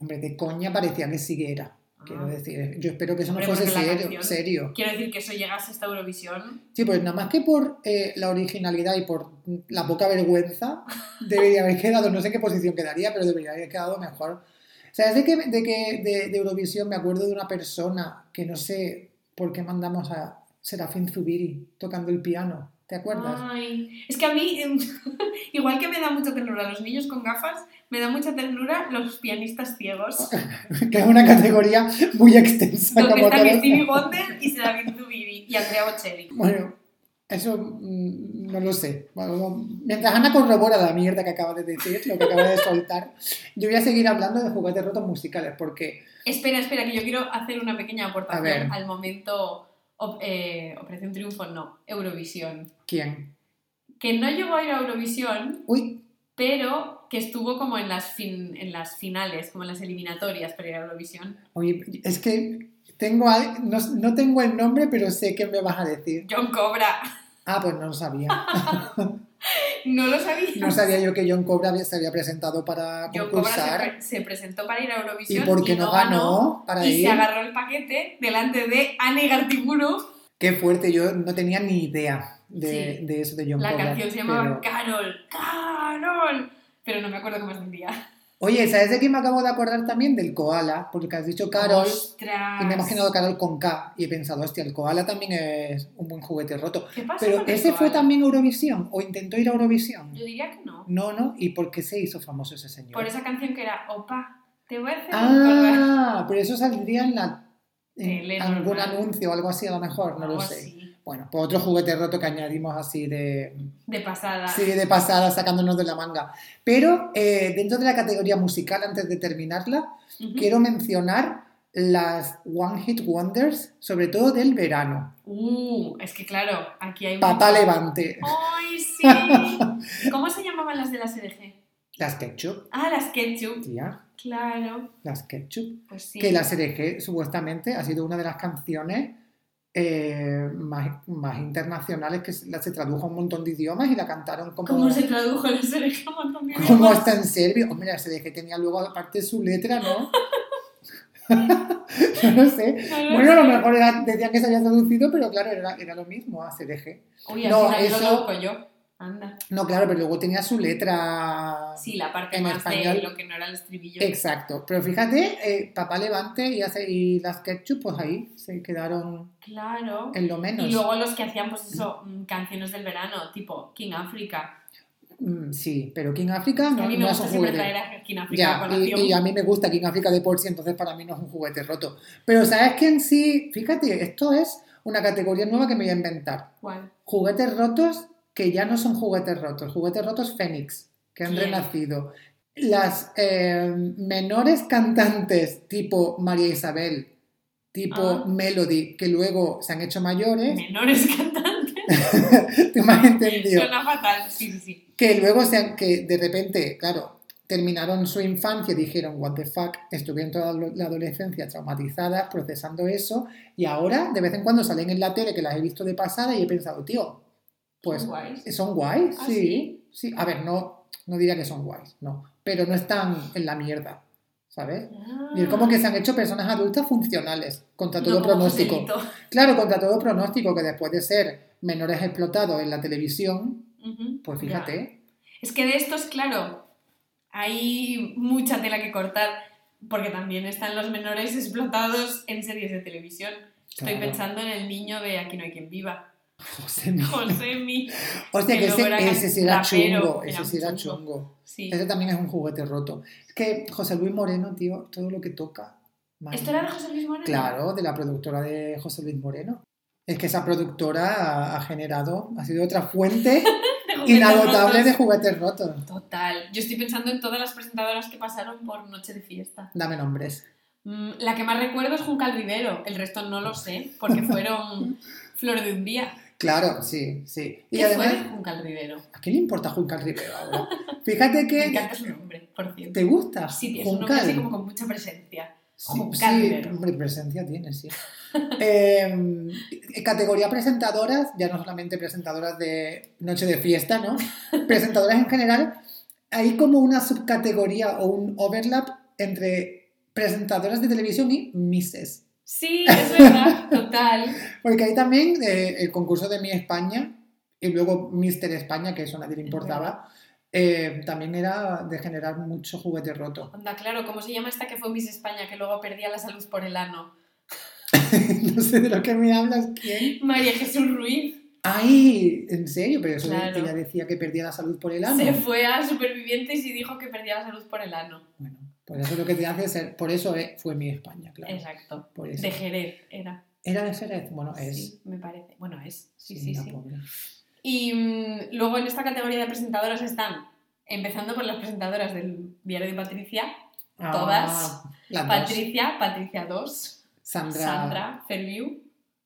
[SPEAKER 2] Hombre, de coña parecía que sí que era. Quiero
[SPEAKER 1] Ah.
[SPEAKER 2] decir, yo espero que eso no
[SPEAKER 1] Hombre,
[SPEAKER 2] fuese
[SPEAKER 1] porque la
[SPEAKER 2] serio,
[SPEAKER 1] canción-
[SPEAKER 2] serio.
[SPEAKER 1] Quiero decir que eso llegase hasta Eurovisión.
[SPEAKER 2] Sí, pues nada más que por eh, la originalidad y por la poca vergüenza, debería haber quedado, no sé en qué posición quedaría, pero debería haber quedado mejor. ¿Sabes de qué, de, qué- de, de Eurovisión me acuerdo de una persona que no sé por qué mandamos a Serafín Zubiri tocando el piano? ¿Te acuerdas?
[SPEAKER 1] Ah. Ay, es que a mí, em, igual que me da mucha ternura los niños con gafas, me da mucha ternura los pianistas ciegos.
[SPEAKER 2] Que es una categoría muy extensa.
[SPEAKER 1] donde
[SPEAKER 2] como
[SPEAKER 1] están
[SPEAKER 2] todos.
[SPEAKER 1] Stevie Wonder y Serafín Zubiri y Andrea Bocelli.
[SPEAKER 2] Bueno, eso mm, no lo sé. Bueno, mientras Ana corrobora la mierda que acaba de decir, lo que acaba de soltar, yo voy a seguir hablando de juguetes rotos musicales, porque
[SPEAKER 1] Espera, espera, que yo quiero hacer una pequeña
[SPEAKER 2] A ver.
[SPEAKER 1] aportación al momento op- eh, Operación Triunfo, no, Eurovisión.
[SPEAKER 2] ¿quién?
[SPEAKER 1] Que no llegó a ir a Eurovisión,
[SPEAKER 2] Uy,
[SPEAKER 1] pero que estuvo como en las, fin- en las finales, como en las eliminatorias para ir a Eurovisión.
[SPEAKER 2] oye, es que tengo al- no, no tengo el nombre, pero sé qué me vas a decir.
[SPEAKER 1] John Cobra,
[SPEAKER 2] Ah, pues no lo sabía.
[SPEAKER 1] no lo sabía.
[SPEAKER 2] No sabía yo que John Cobra había- se había presentado para
[SPEAKER 1] John Cobra se,
[SPEAKER 2] concursar
[SPEAKER 1] pre- se presentó para ir a
[SPEAKER 2] y
[SPEAKER 1] Eurovisión
[SPEAKER 2] porque no ganó para
[SPEAKER 1] y
[SPEAKER 2] ir.
[SPEAKER 1] se agarró el paquete delante de Anne Gartiburu.
[SPEAKER 2] Qué fuerte, yo no tenía ni idea de,
[SPEAKER 1] Sí.
[SPEAKER 2] de eso de John
[SPEAKER 1] La
[SPEAKER 2] Cobra.
[SPEAKER 1] canción se llamaba
[SPEAKER 2] pero-
[SPEAKER 1] Carol, Carol. Pero no me acuerdo cómo se día.
[SPEAKER 2] Oye, ¿sabes de quién me acabo de acordar también? Del koala, porque has dicho Carol
[SPEAKER 1] Ostras.
[SPEAKER 2] y me he imaginado Carol con K y he pensado, hostia, el koala también es un buen juguete roto.
[SPEAKER 1] ¿Qué pasa
[SPEAKER 2] Pero
[SPEAKER 1] con Ah, el
[SPEAKER 2] ese fue
[SPEAKER 1] koala?
[SPEAKER 2] también Eurovisión o intentó ir a Eurovisión.
[SPEAKER 1] Yo diría que no.
[SPEAKER 2] No, no, ¿y por qué se hizo famoso ese señor?
[SPEAKER 1] Por esa canción que era Opa, te voy a hacer un colar".
[SPEAKER 2] Ah, pero eso saldría en, la, en
[SPEAKER 1] Tele
[SPEAKER 2] algún
[SPEAKER 1] normal.
[SPEAKER 2] anuncio o algo así a lo mejor, no lo
[SPEAKER 1] Algo
[SPEAKER 2] sé.
[SPEAKER 1] así,
[SPEAKER 2] Bueno, pues otro juguete roto que añadimos así de,
[SPEAKER 1] De pasada.
[SPEAKER 2] Sí, de pasada, sacándonos de la manga. Pero eh, dentro de la categoría musical, antes de terminarla,
[SPEAKER 1] Ujú.
[SPEAKER 2] quiero mencionar las One Hit Wonders, sobre todo del verano.
[SPEAKER 1] Uh, es que claro, aquí hay.
[SPEAKER 2] Papá
[SPEAKER 1] mucho-
[SPEAKER 2] Levante,
[SPEAKER 1] ¡Ay, sí! ¿Cómo se llamaban las de la SDG?
[SPEAKER 2] las Ketchup,
[SPEAKER 1] Ah, las Ketchup.
[SPEAKER 2] tía,
[SPEAKER 1] Claro,
[SPEAKER 2] las Ketchup.
[SPEAKER 1] pues sí.
[SPEAKER 2] Que la SRG supuestamente ha sido una de las canciones eh, más, más internacionales que se, la- se tradujo a un montón de idiomas y la cantaron como,
[SPEAKER 1] ¿Cómo se tradujo E la serie Hamilton?
[SPEAKER 2] como hasta en serbio. Hombre, la serie que tenía luego aparte su letra, ¿no? Yo no sé. Bueno, a lo mejor era- decían que se había traducido, pero claro, era, era lo mismo a CDG.
[SPEAKER 1] Uy,
[SPEAKER 2] No,
[SPEAKER 1] no, eso...
[SPEAKER 2] eso-
[SPEAKER 1] lo traduzco yo. Anda.
[SPEAKER 2] No, claro, pero luego tenía su letra.
[SPEAKER 1] Sí, la parte
[SPEAKER 2] En
[SPEAKER 1] más de
[SPEAKER 2] español.
[SPEAKER 1] lo que no era el estribillo.
[SPEAKER 2] Exacto. Pero fíjate, eh, Papá Levante y, hace- y las Ketchup, pues ahí se quedaron
[SPEAKER 1] Claro.
[SPEAKER 2] en lo menos.
[SPEAKER 1] Y luego los que hacían, pues eso, mm, canciones del verano, tipo King Africa.
[SPEAKER 2] Mm, sí, pero King África
[SPEAKER 1] Que
[SPEAKER 2] no,
[SPEAKER 1] a mí me
[SPEAKER 2] no es
[SPEAKER 1] gusta
[SPEAKER 2] un
[SPEAKER 1] siempre
[SPEAKER 2] juguete.
[SPEAKER 1] traer a King Africa
[SPEAKER 2] Ya,
[SPEAKER 1] con
[SPEAKER 2] y,
[SPEAKER 1] acción.
[SPEAKER 2] y a mí me gusta King África de por sí, entonces para mí no es un juguete roto. Pero ¿sabes que en sí? Fíjate, esto es una categoría nueva que me voy a inventar.
[SPEAKER 1] ¿Cuál?
[SPEAKER 2] Juguetes rotos que ya no son juguetes rotos, juguetes rotos Fénix, que han
[SPEAKER 1] Bien.
[SPEAKER 2] renacido. Las eh, menores cantantes tipo María Isabel, tipo
[SPEAKER 1] Ah.
[SPEAKER 2] Melody, que luego se han hecho mayores,
[SPEAKER 1] Menores cantantes.
[SPEAKER 2] te me has entendido.
[SPEAKER 1] Suena fatal. Sí, sí, sí.
[SPEAKER 2] que luego sean que de repente, claro, terminaron su infancia y dijeron what the fuck, estuvieron toda la adolescencia traumatizadas, procesando eso y ahora de vez en cuando salen en la tele que las he visto de pasada y he pensado, tío, pues
[SPEAKER 1] Guays.
[SPEAKER 2] son guays,
[SPEAKER 1] ¿Ah,
[SPEAKER 2] sí, sí, a ver, no no diría que son guays, no, pero no están en la mierda, ¿sabes? Y es como que se han hecho personas adultas funcionales contra todo
[SPEAKER 1] No como
[SPEAKER 2] pronóstico.
[SPEAKER 1] Joselito.
[SPEAKER 2] Claro, contra todo pronóstico que después de ser menores explotados en la televisión,
[SPEAKER 1] Ujú.
[SPEAKER 2] pues
[SPEAKER 1] Ya.
[SPEAKER 2] fíjate,
[SPEAKER 1] Es que de estos, claro, hay mucha tela que cortar, porque también están los menores explotados en series de televisión. Estoy
[SPEAKER 2] Claro.
[SPEAKER 1] pensando en el niño de Aquí no hay quien viva.
[SPEAKER 2] José, no.
[SPEAKER 1] Josemi.
[SPEAKER 2] O sea que
[SPEAKER 1] Que luego era
[SPEAKER 2] ese, ese sí era
[SPEAKER 1] rapero,
[SPEAKER 2] chungo,
[SPEAKER 1] era
[SPEAKER 2] ese sí era
[SPEAKER 1] chungo.
[SPEAKER 2] chungo.
[SPEAKER 1] Sí.
[SPEAKER 2] Ese también es un juguete roto. Es que José Luis Moreno, tío, todo lo que toca. madre
[SPEAKER 1] ¿Esto era de
[SPEAKER 2] mía.
[SPEAKER 1] José Luis Moreno?
[SPEAKER 2] Claro, de la productora de José Luis Moreno. Es que esa productora ha, ha generado, ha sido otra
[SPEAKER 1] De
[SPEAKER 2] fuente
[SPEAKER 1] juguetes
[SPEAKER 2] inagotable
[SPEAKER 1] rotos.
[SPEAKER 2] de juguetes rotos.
[SPEAKER 1] Total. Yo estoy pensando en todas las presentadoras que pasaron por Noche de Fiesta.
[SPEAKER 2] Dame nombres.
[SPEAKER 1] Mm, La que más recuerdo es Juncal Rivero. El resto no lo sé, porque fueron Flor de un día.
[SPEAKER 2] Claro, sí, sí. Y
[SPEAKER 1] ¿Qué fue de
[SPEAKER 2] además,
[SPEAKER 1] Juncal Rivero?
[SPEAKER 2] ¿a qué le importa Juncal Rivero ahora? Fíjate
[SPEAKER 1] Me
[SPEAKER 2] que.
[SPEAKER 1] encanta su nombre, por cierto.
[SPEAKER 2] ¿Te gusta?
[SPEAKER 1] Sí, tiene un nombre
[SPEAKER 2] Juncal.
[SPEAKER 1] así como con mucha presencia.
[SPEAKER 2] Sí,
[SPEAKER 1] Juncal
[SPEAKER 2] sí,
[SPEAKER 1] Rivero.
[SPEAKER 2] hombre, presencia tiene, sí. Eh, categoría presentadoras, ya no solamente presentadoras de noche de fiesta, ¿no? Presentadoras en general, hay como una subcategoría o un overlap entre presentadoras de televisión y misses.
[SPEAKER 1] Sí, es verdad, total.
[SPEAKER 2] Porque hay también eh, el concurso de Mi España y luego Mister España, que eso a nadie le importaba, eh, también era de generar mucho juguete roto.
[SPEAKER 1] Onda, claro, ¿cómo se llama esta que fue Miss España que luego perdía la salud por el ano?
[SPEAKER 2] no sé de lo que me hablas, ¿quién?
[SPEAKER 1] María Jesús Ruiz
[SPEAKER 2] Ay, en serio, pero eso de-
[SPEAKER 1] Claro.
[SPEAKER 2] ella decía que perdía la salud por el ano.
[SPEAKER 1] se fue a Supervivientes y dijo que perdía la salud por el ano.
[SPEAKER 2] Bueno, pues eso es lo que te hace ser. Por eso eh, fue mi España, claro.
[SPEAKER 1] Exacto.
[SPEAKER 2] Por eso.
[SPEAKER 1] De Jerez era.
[SPEAKER 2] Era de Jerez, bueno, es. pues.
[SPEAKER 1] Sí, me parece. Bueno, es. Sí, sí,
[SPEAKER 2] la
[SPEAKER 1] sí.
[SPEAKER 2] pobre.
[SPEAKER 1] Y mm, luego en esta categoría de presentadoras están, empezando por las presentadoras del diario de Patricia,
[SPEAKER 2] Ah,
[SPEAKER 1] Todas.
[SPEAKER 2] Las dos.
[SPEAKER 1] Patricia, Patricia 2.
[SPEAKER 2] Sandra.
[SPEAKER 1] Sandra Ferviu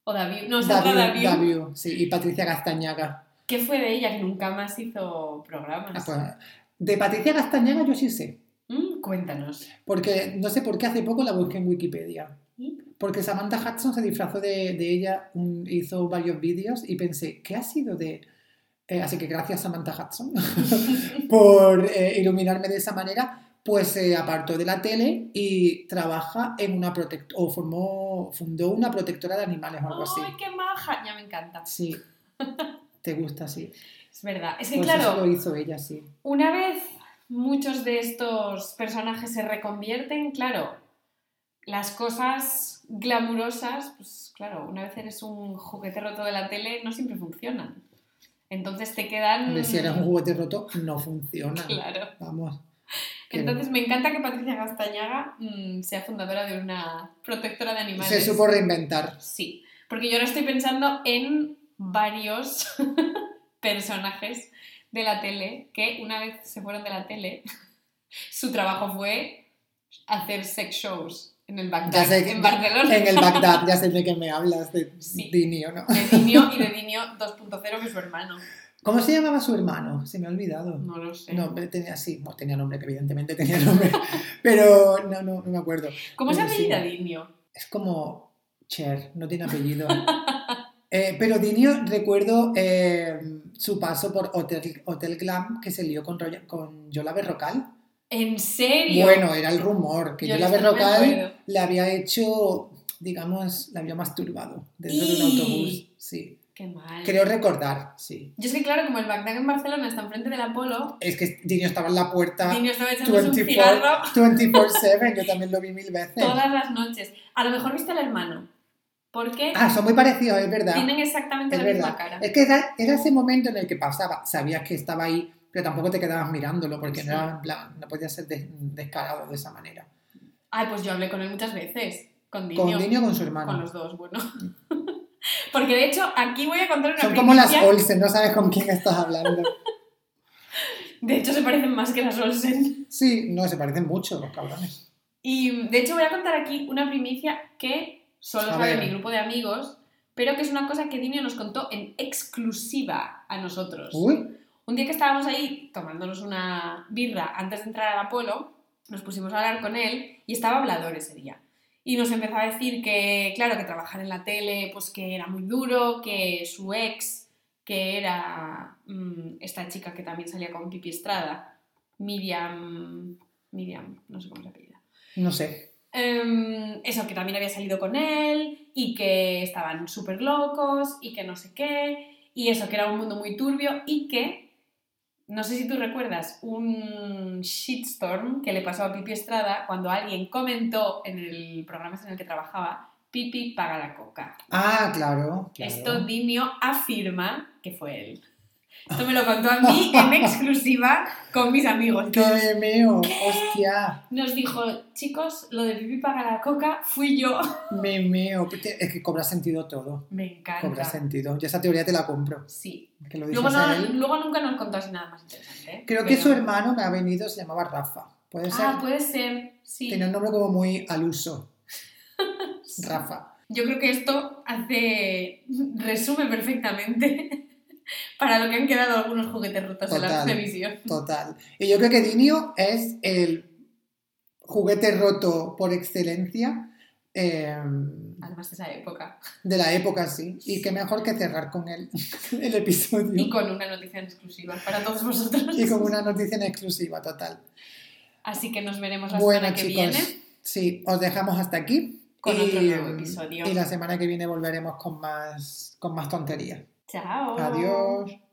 [SPEAKER 1] o Daviu, no, Sandra
[SPEAKER 2] Daviu,
[SPEAKER 1] Daviu,
[SPEAKER 2] Daviu, sí, y Patricia Castañaga.
[SPEAKER 1] ¿qué fue de ella? Que nunca más hizo programas.
[SPEAKER 2] Ah, pues, de Patricia Castañaga yo sí sé.
[SPEAKER 1] Mm, cuéntanos.
[SPEAKER 2] Porque no sé por qué hace poco la busqué en Wikipedia.
[SPEAKER 1] ¿Y?
[SPEAKER 2] Porque Samantha Hudson se disfrazó de, de ella, un- hizo varios vídeos y pensé, ¿qué ha sido de...? Eh, así que gracias Samantha Hudson por eh, iluminarme de esa manera. Pues se apartó de la tele y trabaja en una protectora, o formó, fundó una protectora de animales o algo así.
[SPEAKER 1] ¡Ay, qué maja! Ya me encanta.
[SPEAKER 2] Sí, te gusta, sí.
[SPEAKER 1] Es verdad. Es que
[SPEAKER 2] Pues
[SPEAKER 1] claro,
[SPEAKER 2] eso lo hizo ella, sí.
[SPEAKER 1] una vez muchos de estos personajes se reconvierten, claro, las cosas glamurosas, pues claro, una vez eres un juguete roto de la tele, no siempre funcionan. Entonces te quedan...
[SPEAKER 2] Hombre, Si eres un juguete roto, no funciona.
[SPEAKER 1] Claro.
[SPEAKER 2] Vamos. que no.
[SPEAKER 1] Entonces me encanta que Patricia Castañaga mm, sea fundadora de una protectora de animales.
[SPEAKER 2] se supo reinventar.
[SPEAKER 1] Sí, porque yo ahora estoy pensando en varios personajes de la tele que una vez se fueron de la tele, su trabajo fue hacer sex shows en el
[SPEAKER 2] Ya
[SPEAKER 1] Bagdad,
[SPEAKER 2] sé que-
[SPEAKER 1] en Barcelona.
[SPEAKER 2] En el Bagdad, ya sé de qué me hablas, de
[SPEAKER 1] Sí.
[SPEAKER 2] Dinio, ¿no?
[SPEAKER 1] De Dinio y de Dinio 2.0, que es su hermano.
[SPEAKER 2] ¿Cómo se llamaba su hermano? Se me ha olvidado.
[SPEAKER 1] No lo sé.
[SPEAKER 2] No, pero tenía, sí, bueno, tenía nombre, que evidentemente tenía nombre, pero no, no, no me acuerdo.
[SPEAKER 1] ¿Cómo se
[SPEAKER 2] pero sí.
[SPEAKER 1] apellida Dinio?
[SPEAKER 2] Es como Cher, no tiene apellido. Eh, pero Dinio, recuerdo eh, su paso por Hotel, Hotel Glam, que se lió con, Roya- con Yola Berrocal.
[SPEAKER 1] ¿En serio?
[SPEAKER 2] Bueno, era el rumor que
[SPEAKER 1] Yo
[SPEAKER 2] Yola
[SPEAKER 1] no me
[SPEAKER 2] Berrocal
[SPEAKER 1] acuerdo.
[SPEAKER 2] la había hecho, digamos, la había masturbado dentro de un
[SPEAKER 1] Y-
[SPEAKER 2] autobús. Sí.
[SPEAKER 1] Qué mal.
[SPEAKER 2] Creo recordar, sí.
[SPEAKER 1] Yo es que, claro, como el Bagdad en Barcelona está enfrente del Apolo,
[SPEAKER 2] Es que Dinio estaba en la puerta
[SPEAKER 1] y yo estaba echándose un
[SPEAKER 2] 24
[SPEAKER 1] cigarro
[SPEAKER 2] 24-7, yo también lo vi mil veces.
[SPEAKER 1] todas las noches. A lo mejor viste al hermano. Porque
[SPEAKER 2] Ah, son muy parecidos, es verdad.
[SPEAKER 1] tienen exactamente
[SPEAKER 2] Es
[SPEAKER 1] la
[SPEAKER 2] verdad.
[SPEAKER 1] misma cara.
[SPEAKER 2] Es que era, era ese momento en el que pasaba, sabías que estaba ahí, pero tampoco te quedabas mirándolo porque no, era en plan, no podía ser des- descarado de esa manera.
[SPEAKER 1] Ay, pues yo hablé con él muchas veces. Con Dinio.
[SPEAKER 2] Con ah. Dinio con su
[SPEAKER 1] Con
[SPEAKER 2] hermano.
[SPEAKER 1] los dos, bueno. Porque de hecho, aquí voy a contar una
[SPEAKER 2] Son como las
[SPEAKER 1] primicia.
[SPEAKER 2] Olsen, no sabes con quién estás hablando.
[SPEAKER 1] De hecho, se parecen más que las Olsen.
[SPEAKER 2] Sí, no, se parecen mucho los cabrones.
[SPEAKER 1] Y de hecho, voy a contar aquí una primicia que solo
[SPEAKER 2] A
[SPEAKER 1] sabe
[SPEAKER 2] ver.
[SPEAKER 1] mi grupo de amigos, pero que es una cosa que Dinio nos contó en exclusiva a nosotros.
[SPEAKER 2] Uy,
[SPEAKER 1] Un día que estábamos ahí tomándonos una birra antes de entrar al Apolo, nos pusimos a hablar con él y estaba hablador ese día. Y nos empezó a decir que, claro, que trabajar en la tele, pues que era muy duro, que su ex, que era mm, esta chica que también salía con Pipi Estrada, Miriam, Miriam, no sé cómo se apellida.
[SPEAKER 2] no sé.
[SPEAKER 1] Em, eso, que también había salido con él y que estaban súper locos y que no sé qué, y eso, que era un mundo muy turbio y que, no sé si tú recuerdas, un shitstorm que le pasó a Pipi Estrada cuando alguien comentó en el programa en el que trabajaba, Pipi paga la coca.
[SPEAKER 2] Ah, claro. claro.
[SPEAKER 1] Esto Dinio afirma que fue él. Esto me lo contó a mí en exclusiva con mis amigos.
[SPEAKER 2] ¡Qué meo! ¡Hostia!
[SPEAKER 1] Nos dijo, chicos, lo de Pipi paga la coca fui yo.
[SPEAKER 2] Memeo. Es que cobra sentido todo.
[SPEAKER 1] Me encanta.
[SPEAKER 2] Cobra sentido. Yo esa teoría te la compro.
[SPEAKER 1] Sí.
[SPEAKER 2] Que lo
[SPEAKER 1] Luego,
[SPEAKER 2] dices
[SPEAKER 1] no-
[SPEAKER 2] a él.
[SPEAKER 1] luego nunca nos contó así nada más interesante. ¿eh?
[SPEAKER 2] Creo que
[SPEAKER 1] Pero-
[SPEAKER 2] su hermano me ha venido, se llamaba Rafa. Puede ser.
[SPEAKER 1] Ah, puede ser. Sí.
[SPEAKER 2] Tiene un nombre como muy al uso.
[SPEAKER 1] Sí.
[SPEAKER 2] Rafa.
[SPEAKER 1] Yo creo que esto hace. resume perfectamente para lo que han quedado algunos juguetes rotos en la
[SPEAKER 2] Total.
[SPEAKER 1] televisión.
[SPEAKER 2] Total. Y yo creo que Dinio es el juguete roto por excelencia eh,
[SPEAKER 1] Además de esa época.
[SPEAKER 2] de la época, sí. Y qué mejor que cerrar con él el episodio.
[SPEAKER 1] Y con una noticia en exclusiva para todos vosotros.
[SPEAKER 2] Y con una noticia en exclusiva, total.
[SPEAKER 1] Así que nos veremos la
[SPEAKER 2] bueno,
[SPEAKER 1] semana que
[SPEAKER 2] chicos.
[SPEAKER 1] viene.
[SPEAKER 2] Sí, os dejamos hasta aquí.
[SPEAKER 1] Con otro nuevo
[SPEAKER 2] eh,
[SPEAKER 1] episodio.
[SPEAKER 2] Y la semana que viene volveremos con más, con más tonterías.
[SPEAKER 1] Chao.
[SPEAKER 2] Adiós.